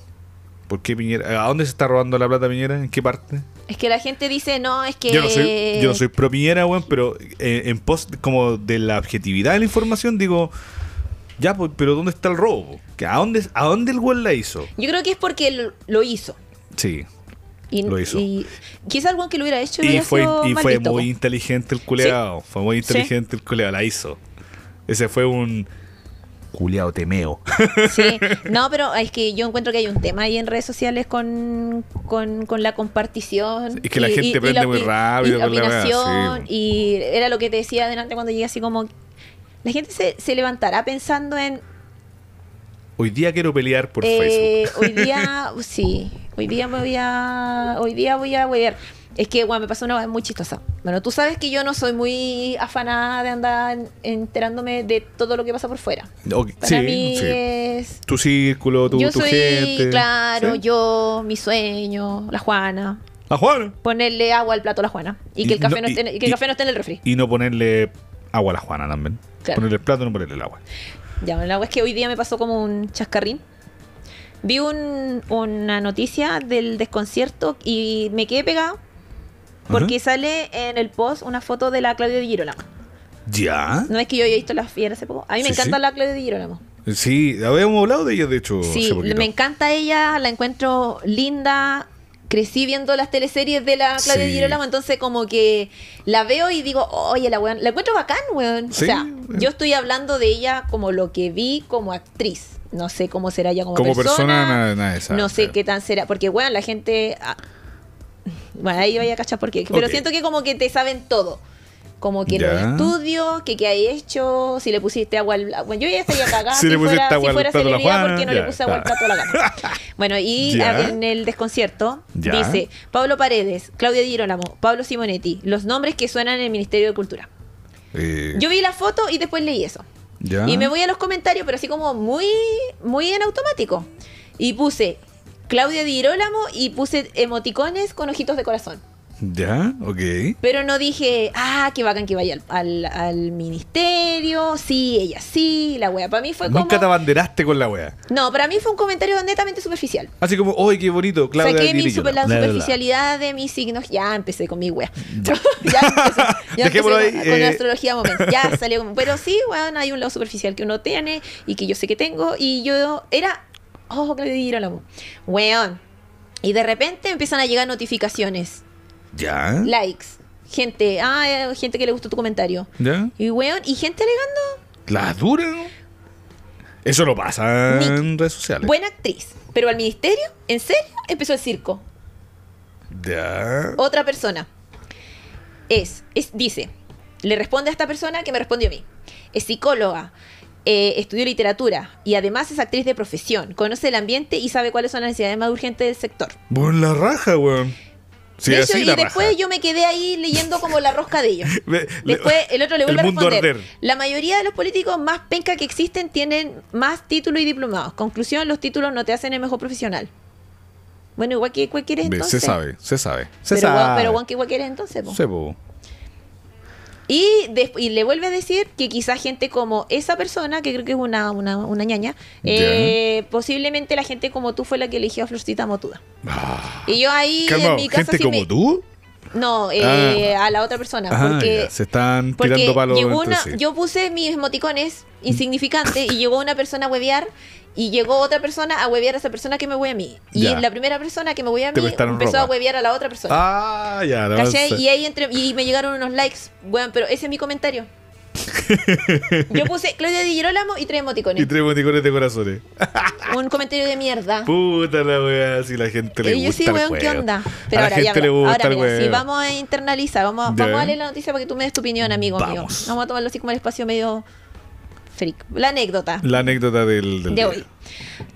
S2: ¿Por qué Piñera? ¿A dónde se está robando la plata Piñera? ¿En qué parte?
S1: Es que la gente dice, no, es que.
S2: Yo no soy, yo no soy pro Piñera, weón, pero eh, en pos como de la objetividad de la información, digo, ya, pues, pero ¿dónde está el robo? ¿Que ¿A dónde, a dónde el weón la hizo?
S1: Yo creo que es porque lo, lo hizo.
S2: Sí.
S1: Y,
S2: Lo hizo.
S1: Y quizás algo que lo hubiera hecho
S2: Y
S1: hubiera
S2: fue,
S1: sido
S2: y
S1: mal
S2: fue
S1: visto,
S2: muy
S1: po.
S2: inteligente el culeado. Fue muy inteligente el culeado, la hizo. Ese fue un culeado temeo.
S1: Sí, no, pero es que yo encuentro que hay un tema ahí en redes sociales con, con, con la compartición.
S2: Es que la gente prende muy
S1: opi-
S2: rápido
S1: Y la
S2: con la wea, sí,
S1: opinación.
S2: po.
S1: Y era lo que te decía adelante cuando llegué así como... La gente se, se levantará pensando en...
S2: Hoy día quiero pelear por
S1: eh,
S2: Facebook.
S1: hoy día, sí, hoy día me voy a... Hoy día voy a huevear. Es que, bueno, me pasó una cosa muy chistosa. Bueno, tú sabes que yo no soy muy afanada de andar enterándome de todo lo que pasa por fuera.
S2: Ok,
S1: Para
S2: sí,
S1: mí
S2: sí.
S1: es
S2: Tu círculo, tu,
S1: yo
S2: tu
S1: soy,
S2: gente.
S1: claro,
S2: ¿sí?
S1: yo, mi sueño, la Juana.
S2: La Juana.
S1: Ponerle agua al plato a la Juana. Y,
S2: Y
S1: que el café
S2: no-
S1: no, esté, en-
S2: y-
S1: que el
S2: y-
S1: café no esté en el refri.
S2: Y no ponerle agua a la Juana también.
S1: Claro.
S2: Ponerle el plato, no ponerle el agua.
S1: Ya, la agua es que hoy día me pasó como un chascarrín. Vi un- una noticia del desconcierto y me quedé pegada porque sale en el post una foto de la Claudia Di Girolamo.
S2: ¿Ya?
S1: No es que yo haya visto la fiera hace poco. A mí me
S2: Sí,
S1: encanta
S2: sí.
S1: la Claudia Di Girolamo.
S2: Sí, habíamos hablado de ella, de hecho,
S1: Sí,
S2: hace poquito.
S1: me encanta ella, la encuentro linda. Crecí viendo las teleseries de la Claudia
S2: Sí.
S1: Di Girolamo, entonces como que la veo y digo, oye, la weón, la encuentro bacán, weón.
S2: Sí,
S1: o sea,
S2: weón.
S1: yo estoy hablando de ella como lo que vi como actriz. No sé cómo será ella como,
S2: Como persona,
S1: persona.
S2: nada- nada de esa,
S1: no sé
S2: pero-
S1: qué tan será, porque weón, la gente... ah, Bueno, ahí vaya a cachar por qué. Pero
S2: Ok.
S1: siento que como que te saben todo. Como que
S2: Ya.
S1: los estudios, que qué hay hecho, si le pusiste agua al... Bueno, yo ya estaría cagada
S2: Si
S1: si,
S2: le pusiste
S1: fuera,
S2: agua
S1: si
S2: al
S1: fuera
S2: plato a la
S1: celebridad
S2: Juana,
S1: porque no
S2: ya,
S1: le puse agua al
S2: claro.
S1: plato a la gana. Bueno, y
S2: Ya.
S1: en el desconcierto
S2: Ya.
S1: dice Pablo Paredes, Claudia Di Girolamo, Pablo Simonetti, los nombres que suenan en el Ministerio de Cultura.
S2: Eh,
S1: Yo vi la foto y después leí eso.
S2: ¿ya?
S1: Y me voy a los comentarios, pero así como muy, muy en automático. Y puse Claudia Di Girolamo y puse emoticones con ojitos de corazón.
S2: ¿Ya? Ok.
S1: Pero no dije, ah, qué bacán que vaya al, al- al ministerio, sí, ella sí, la wea. Para mí fue como...
S2: Nunca te abanderaste con la wea.
S1: No, para mí fue un comentario netamente superficial.
S2: Así como, ¡ay, qué bonito! Claudia
S1: Saqué mi
S2: Di Girolamo.
S1: super- la
S2: Bla, Mm. bla, bla.
S1: superficialidad de mis signos. Ya empecé con mi wea.
S2: Ya.
S1: Ya, empecé, ya empecé
S2: Dejémoslo
S1: con,
S2: ahí,
S1: con
S2: eh.
S1: la astrología momento. Ya salió como- Pero sí, weón, hay un lado superficial que uno tiene y que yo sé que tengo. Y yo era. Ojo, que le dieron la Weón. Y de repente empiezan a llegar notificaciones,
S2: ¿Ya?
S1: likes, gente, ah, eh, gente que le gustó tu comentario.
S2: ¿Ya?
S1: Y weón, y gente alegando
S2: Las duras, ¿no? Eso no pasa
S1: Ni-
S2: en redes sociales.
S1: Buena actriz, pero al ministerio, en serio, empezó el circo.
S2: Ya.
S1: Otra persona es, es- dice, le responde a esta persona que me respondió a mí. Es psicóloga, eh, estudió literatura y además es actriz de profesión. Conoce el ambiente y sabe cuáles son las necesidades más urgentes del sector.
S2: Bueno, la raja, weón. Sí,
S1: De hecho,
S2: así
S1: y
S2: la
S1: después
S2: raja.
S1: yo me quedé ahí leyendo como la rosca de ellos.
S2: Ve- le-
S1: Después el otro le
S2: El
S1: vuelve a
S2: mundo
S1: responder.
S2: arder.
S1: La mayoría de los políticos más penca que existen tienen más títulos y diplomados. Conclusión, los títulos no te hacen el mejor profesional. Bueno, igual que cualquier
S2: Ve,
S1: entonces.
S2: se sabe, se sabe. Se
S1: pero, guau-
S2: sabe.
S1: pero guau, que igual que eres entonces. po.
S2: Se po.
S1: Y, des- y le vuelve a decir que quizás gente como esa persona, que creo que es una, una, una ñaña, eh, posiblemente la gente como tú fue la que eligió a Florcita Motuda.
S2: Ah.
S1: Y yo ahí
S2: Calma,
S1: en mi casa
S2: gente
S1: sí
S2: como
S1: me-
S2: tú.
S1: No, eh, a la otra persona.
S2: Ah,
S1: porque
S2: ya, se están
S1: Porque
S2: tirando palos
S1: llegó
S2: entre
S1: una,
S2: sí.
S1: yo puse mis emoticones insignificantes y llegó una persona a huevear y llegó otra persona a huevear a esa persona que me hueve a mí. Y
S2: Ya.
S1: la primera persona que me hueve a
S2: Te
S1: mí empezó
S2: prestaron
S1: a
S2: ropa.
S1: huevear a la otra persona.
S2: Ah, ya, la
S1: ¿Cachai?
S2: avanza.
S1: Y ahí entre, y me llegaron unos likes, bueno, pero ese es mi comentario. Yo puse Claudia Di Girolamo y tres
S2: Y
S1: emoticones.
S2: tres boticones de corazones.
S1: Ah. Un comentario de mierda.
S2: Puta la weá, si la gente le
S1: Y yo
S2: gusta.
S1: sí,
S2: el
S1: weón, ¿qué
S2: juego.
S1: onda?
S2: a
S1: Pero
S2: la
S1: ahora, ya,
S2: gente le
S1: mira,
S2: gusta
S1: ahora
S2: el
S1: mira, sí,
S2: weón.
S1: vamos a internalizar, vamos a,
S2: Ya.
S1: vamos a leer la noticia para que tú me des tu opinión, amigo mío.
S2: Vamos.
S1: Vamos a tomarlo así como el espacio medio freak. La anécdota.
S2: La anécdota del,
S1: de
S2: del día.
S1: hoy.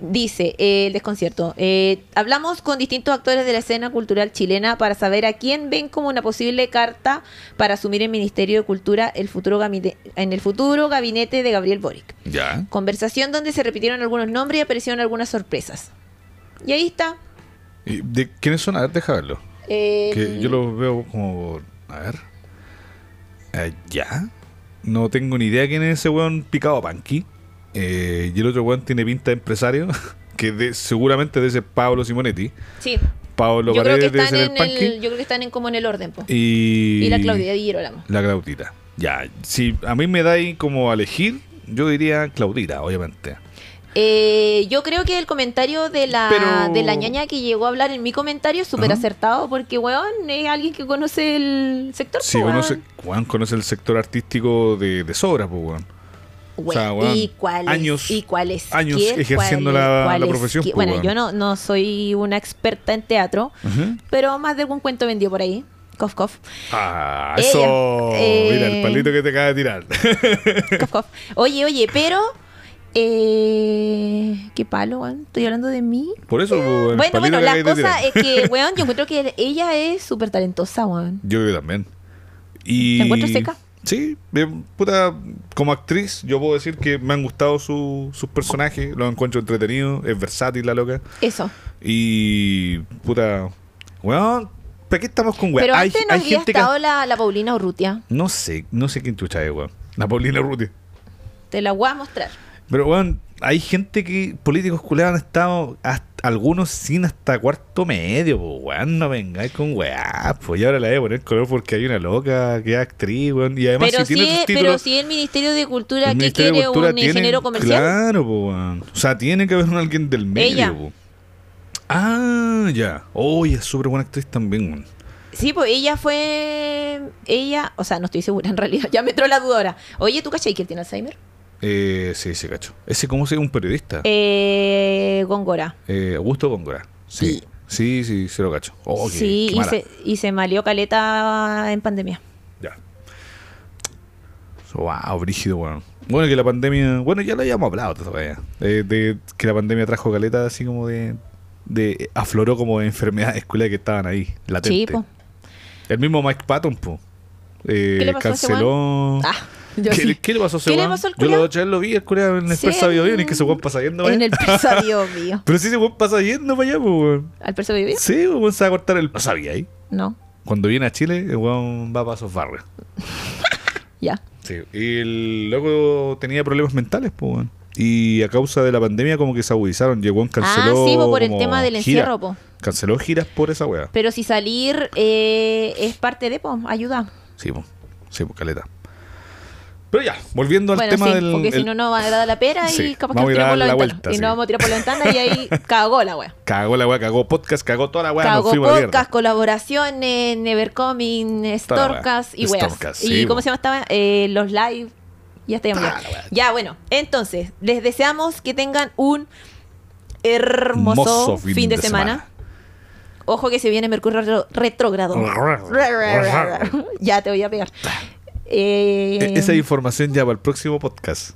S1: Dice eh, el desconcierto. eh, hablamos con distintos actores de la escena cultural chilena para saber a quién ven como una posible carta para asumir el Ministerio de Cultura el futuro gamine- en el futuro gabinete de Gabriel Boric.
S2: Ya.
S1: Conversación donde se repitieron algunos nombres y aparecieron algunas sorpresas. Y ahí está.
S2: ¿Y ¿De quiénes son? A ver, deja verlo.
S1: eh,
S2: Que yo los veo como. A ver. Allá. No tengo ni idea quién es ese weón picado a Panqui. Eh, y el otro weón tiene pinta de empresario. Que de- seguramente debe ser Pablo Simonetti.
S1: sí.
S2: Pablo
S1: Yo creo, que
S2: Paredes debe
S1: están
S2: ser el
S1: en
S2: Panqui.
S1: el- yo creo que están en como en el orden. po. Y,
S2: Y,
S1: la Claudia Di Girolamo.
S2: La Claudita. Ya. Si a mí me dais como a elegir, yo diría Claudita, obviamente.
S1: Eh, yo creo que el comentario de la,
S2: Pero-
S1: de la ñaña que llegó a hablar en mi comentario es súper
S2: Ajá.
S1: acertado porque, weón, es alguien que conoce el sector.
S2: Si
S1: po,
S2: conoce,
S1: weón.
S2: Juan conoce el sector artístico de, de sobra, pues, weón.
S1: Weón,
S2: o sea, weón,
S1: y cuáles,
S2: años-
S1: y cuáles,
S2: años
S1: quién,
S2: ejerciendo la- la profesión,
S1: quién-
S2: po,
S1: Bueno,
S2: weón.
S1: yo no, no soy una experta en teatro,
S2: Ujú.
S1: pero más de algún cuento vendió por ahí. Cof, cof.
S2: Ah,
S1: Ella,
S2: eso.
S1: eh,
S2: Mira, el palito que te acaba de tirar.
S1: Cof, cof. Oye, oye, pero. Eh, qué palo, weón. Estoy hablando de mí.
S2: Por eso, pues, el
S1: Bueno,
S2: palito
S1: bueno,
S2: que
S1: la
S2: acabas de
S1: cosa
S2: tirar.
S1: es que, weón, yo encuentro que ella es súper talentosa, weón.
S2: Yo creo que también. Y...
S1: ¿La encuentras seca?
S2: Sí, eh, puta, como actriz, yo puedo decir que me han gustado su- sus personajes, los encuentro entretenidos, es versátil la loca.
S1: Eso.
S2: Y puta, weón, ¿para qué estamos con weón?
S1: Pero antes no había
S2: que-
S1: estado la, la Paulina Urrutia.
S2: No sé, no sé quién chucha es, weón. La Paulina Ruti.
S1: Te la voy a mostrar.
S2: Pero weón, hay gente que, políticos culeados han estado, hasta- algunos sin hasta cuarto medio, pues weón, no vengáis con weá, pues y ahora la voy a poner color porque hay una loca que es actriz, weón. Y además
S1: Pero si,
S2: si tiene sus
S1: es-
S2: títulos...
S1: pero si el Ministerio de Cultura
S2: el
S1: que
S2: Ministerio de
S1: quiere
S2: Cultura
S1: un
S2: tiene-
S1: ingeniero comercial.
S2: Claro, pues weón. O sea, tiene que haber un alguien del medio,
S1: Ella.
S2: po. Ah, ya. Oye, es súper buena actriz también, weón.
S1: Sí, pues ella fue. Ella. O sea, no estoy segura en realidad. Ya me entró la duda ahora. Oye, ¿tú cachai que él tiene Alzheimer?
S2: Eh, sí, sí, cacho. Ese, ¿cómo se llama? Un periodista.
S1: Eh, Góngora.
S2: Eh, Augusto Góngora. Sí. Sí, sí, se lo cacho. Oh, qué-
S1: sí,
S2: qué
S1: y
S2: mala.
S1: se, y se malió caleta en pandemia.
S2: Ya. Wow, brígido, weón. Bueno, que la pandemia. Bueno, ya lo habíamos hablado todavía. De, de que la pandemia trajo caleta así como de. de afloró como de enfermedades culiadas que estaban ahí.
S1: Sí,
S2: Latente.
S1: pues.
S2: El mismo Mike Patton, po. Eh,
S1: ¿Qué le pasó a ese
S2: canceló.
S1: Ah, yo
S2: Oh. ¿Qué,
S1: sí.
S2: le- qué le pasó a ese
S1: ¿Qué le
S2: weón?
S1: pasó al
S2: Yo
S1: culiao?
S2: lo, yo lo vi, el culiao en el
S1: Sí,
S2: Persa
S1: en-
S2: Bio Bio, que se weón pasa yendo,
S1: En
S2: weón.
S1: el persa, Dios mío.
S2: Pero si ese weón pasa yendo para allá, po, weón.
S1: ¿Al persa vivió?
S2: Sí, weón, se va a cortar el. No sabía ahí.
S1: No,
S2: Cuando viene a Chile, el weón va para esos barrios.
S1: ya.
S2: Sí. Y el loco tenía problemas mentales, pues, weón. Y a causa de la pandemia, como que se agudizaron. Llegó un canceló.
S1: ah, sí, po, por el
S2: como
S1: tema del
S2: gira.
S1: encierro, pues. po.
S2: Canceló giras por esa weá.
S1: Pero si salir eh, es parte de, po, ayuda.
S2: Sí, pues. Sí, pues, caleta. Pero ya, volviendo al
S1: bueno,
S2: tema
S1: sí,
S2: del.
S1: porque si
S2: el-
S1: no, no va a dar la pera
S2: Sí,
S1: y capaz que nos
S2: vamos a ir a
S1: tiramos por la,
S2: dar la
S1: ventana.
S2: vuelta,
S1: y
S2: sí.
S1: nos vamos a tirar por la ventana y ahí cagó la wea.
S2: Cagó la weá, cagó podcast, cagó toda la weá. nos
S1: Cagó
S2: fuimos a la mierda.
S1: podcast, colaboraciones, Nevercoming,
S2: Toda la wea.
S1: Storcast y weas.
S2: Stormcast,
S1: y
S2: sí,
S1: cómo
S2: po.
S1: se llama esta wea? Eh, los live. Ya estoy amargada. Ya, bueno. Entonces, les deseamos que tengan un hermoso
S2: Hermoso
S1: fin, de, semana. Ojo que se viene Mercurio retro- retrógrado. ya te voy a pegar. Eh,
S2: E- Esa información ya para el próximo podcast.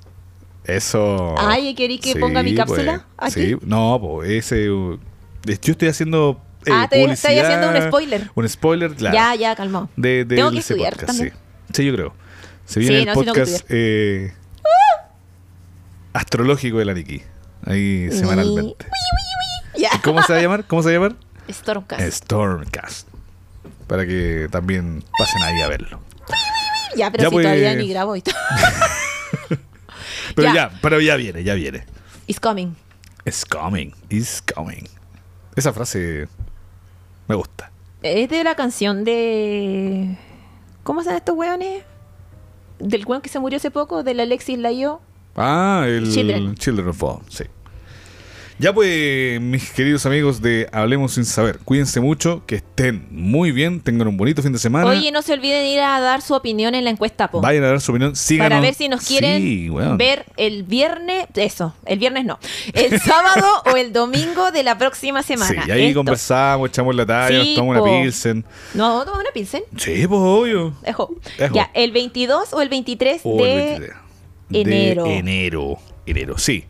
S2: Eso.
S1: Ay, ¿querí que ponga mi cápsula
S2: pues.
S1: aquí?
S2: Sí, no, pues ese. uh, de- Yo estoy haciendo. eh,
S1: Ah, te- estoy
S2: publicidad,
S1: haciendo un spoiler.
S2: Un spoiler, claro.
S1: Ya, ya, calmado.
S2: De, de
S1: Tengo que
S2: ese
S1: estudiar
S2: podcast,
S1: también.
S2: sí. Sí, yo creo. Se
S1: Sí,
S2: viene el
S1: no, sí tengo que
S2: podcast eh, astrológico de la Niki. Ahí semanalmente.
S1: Ya.
S2: ¿Y ¿Cómo se va a llamar? ¿Cómo se va a llamar?
S1: Stormcast.
S2: Stormcast. Para que también pasen ahí a verlo.
S1: Ya, pero
S2: Ya,
S1: si
S2: pues.
S1: todavía ni grabo y todo.
S2: Pero
S1: Ya.
S2: ya. pero ya viene, ya viene.
S1: It's coming.
S2: It's coming, it's coming. Esa frase me gusta.
S1: Es de la canción de. ¿Cómo se llaman estos hueones? Del hueón que se murió hace poco, del Alexis Layo.
S2: Ah, el
S1: Children.
S2: Children, of Bodom, sí. Ya pues, mis queridos amigos de Hablemos sin saber, cuídense mucho, que estén muy bien, tengan un bonito fin de semana.
S1: Oye, no se olviden ir a dar su opinión en la encuesta, po.
S2: Vayan a dar su opinión, síganos.
S1: Para ver si nos quieren
S2: Sí, weón.
S1: ver el viernes, eso, el viernes no, el sábado o el domingo de la próxima semana.
S2: Sí, y ahí
S1: Esto.
S2: conversamos, echamos la talla,
S1: Sí,
S2: nos tomamos una
S1: po.
S2: pilsen.
S1: No, toma una pincel.
S2: Sí, pues, obvio.
S1: Ejo.
S2: Ejo.
S1: Ya, el 22 o el 23
S2: O el
S1: de
S2: 23 de
S1: enero.
S2: enero. Enero, sí.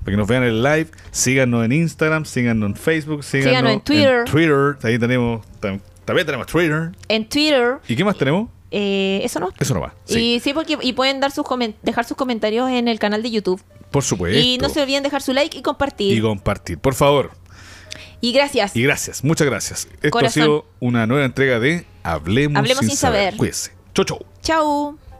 S2: Para que nos vean en live, síganos en Instagram, síganos en Facebook, síganos,
S1: Síganos en Twitter.
S2: Twitter. Ahí tenemos, tam- también tenemos Twitter.
S1: en Twitter,
S2: ¿Y qué más tenemos?
S1: eh, eso no.
S2: Eso no va. Sí,
S1: Y sí, porque y pueden dar sus comen- dejar sus comentarios en el canal de YouTube.
S2: por supuesto.
S1: Y no se olviden dejar su like y compartir.
S2: Y compartir, por favor.
S1: Y gracias.
S2: Y gracias, muchas gracias. Esto ha
S1: Corazón.
S2: sido una nueva entrega de Hablemos,
S1: Hablemos sin saber.
S2: Cuídense. Chau, chau.
S1: Chau.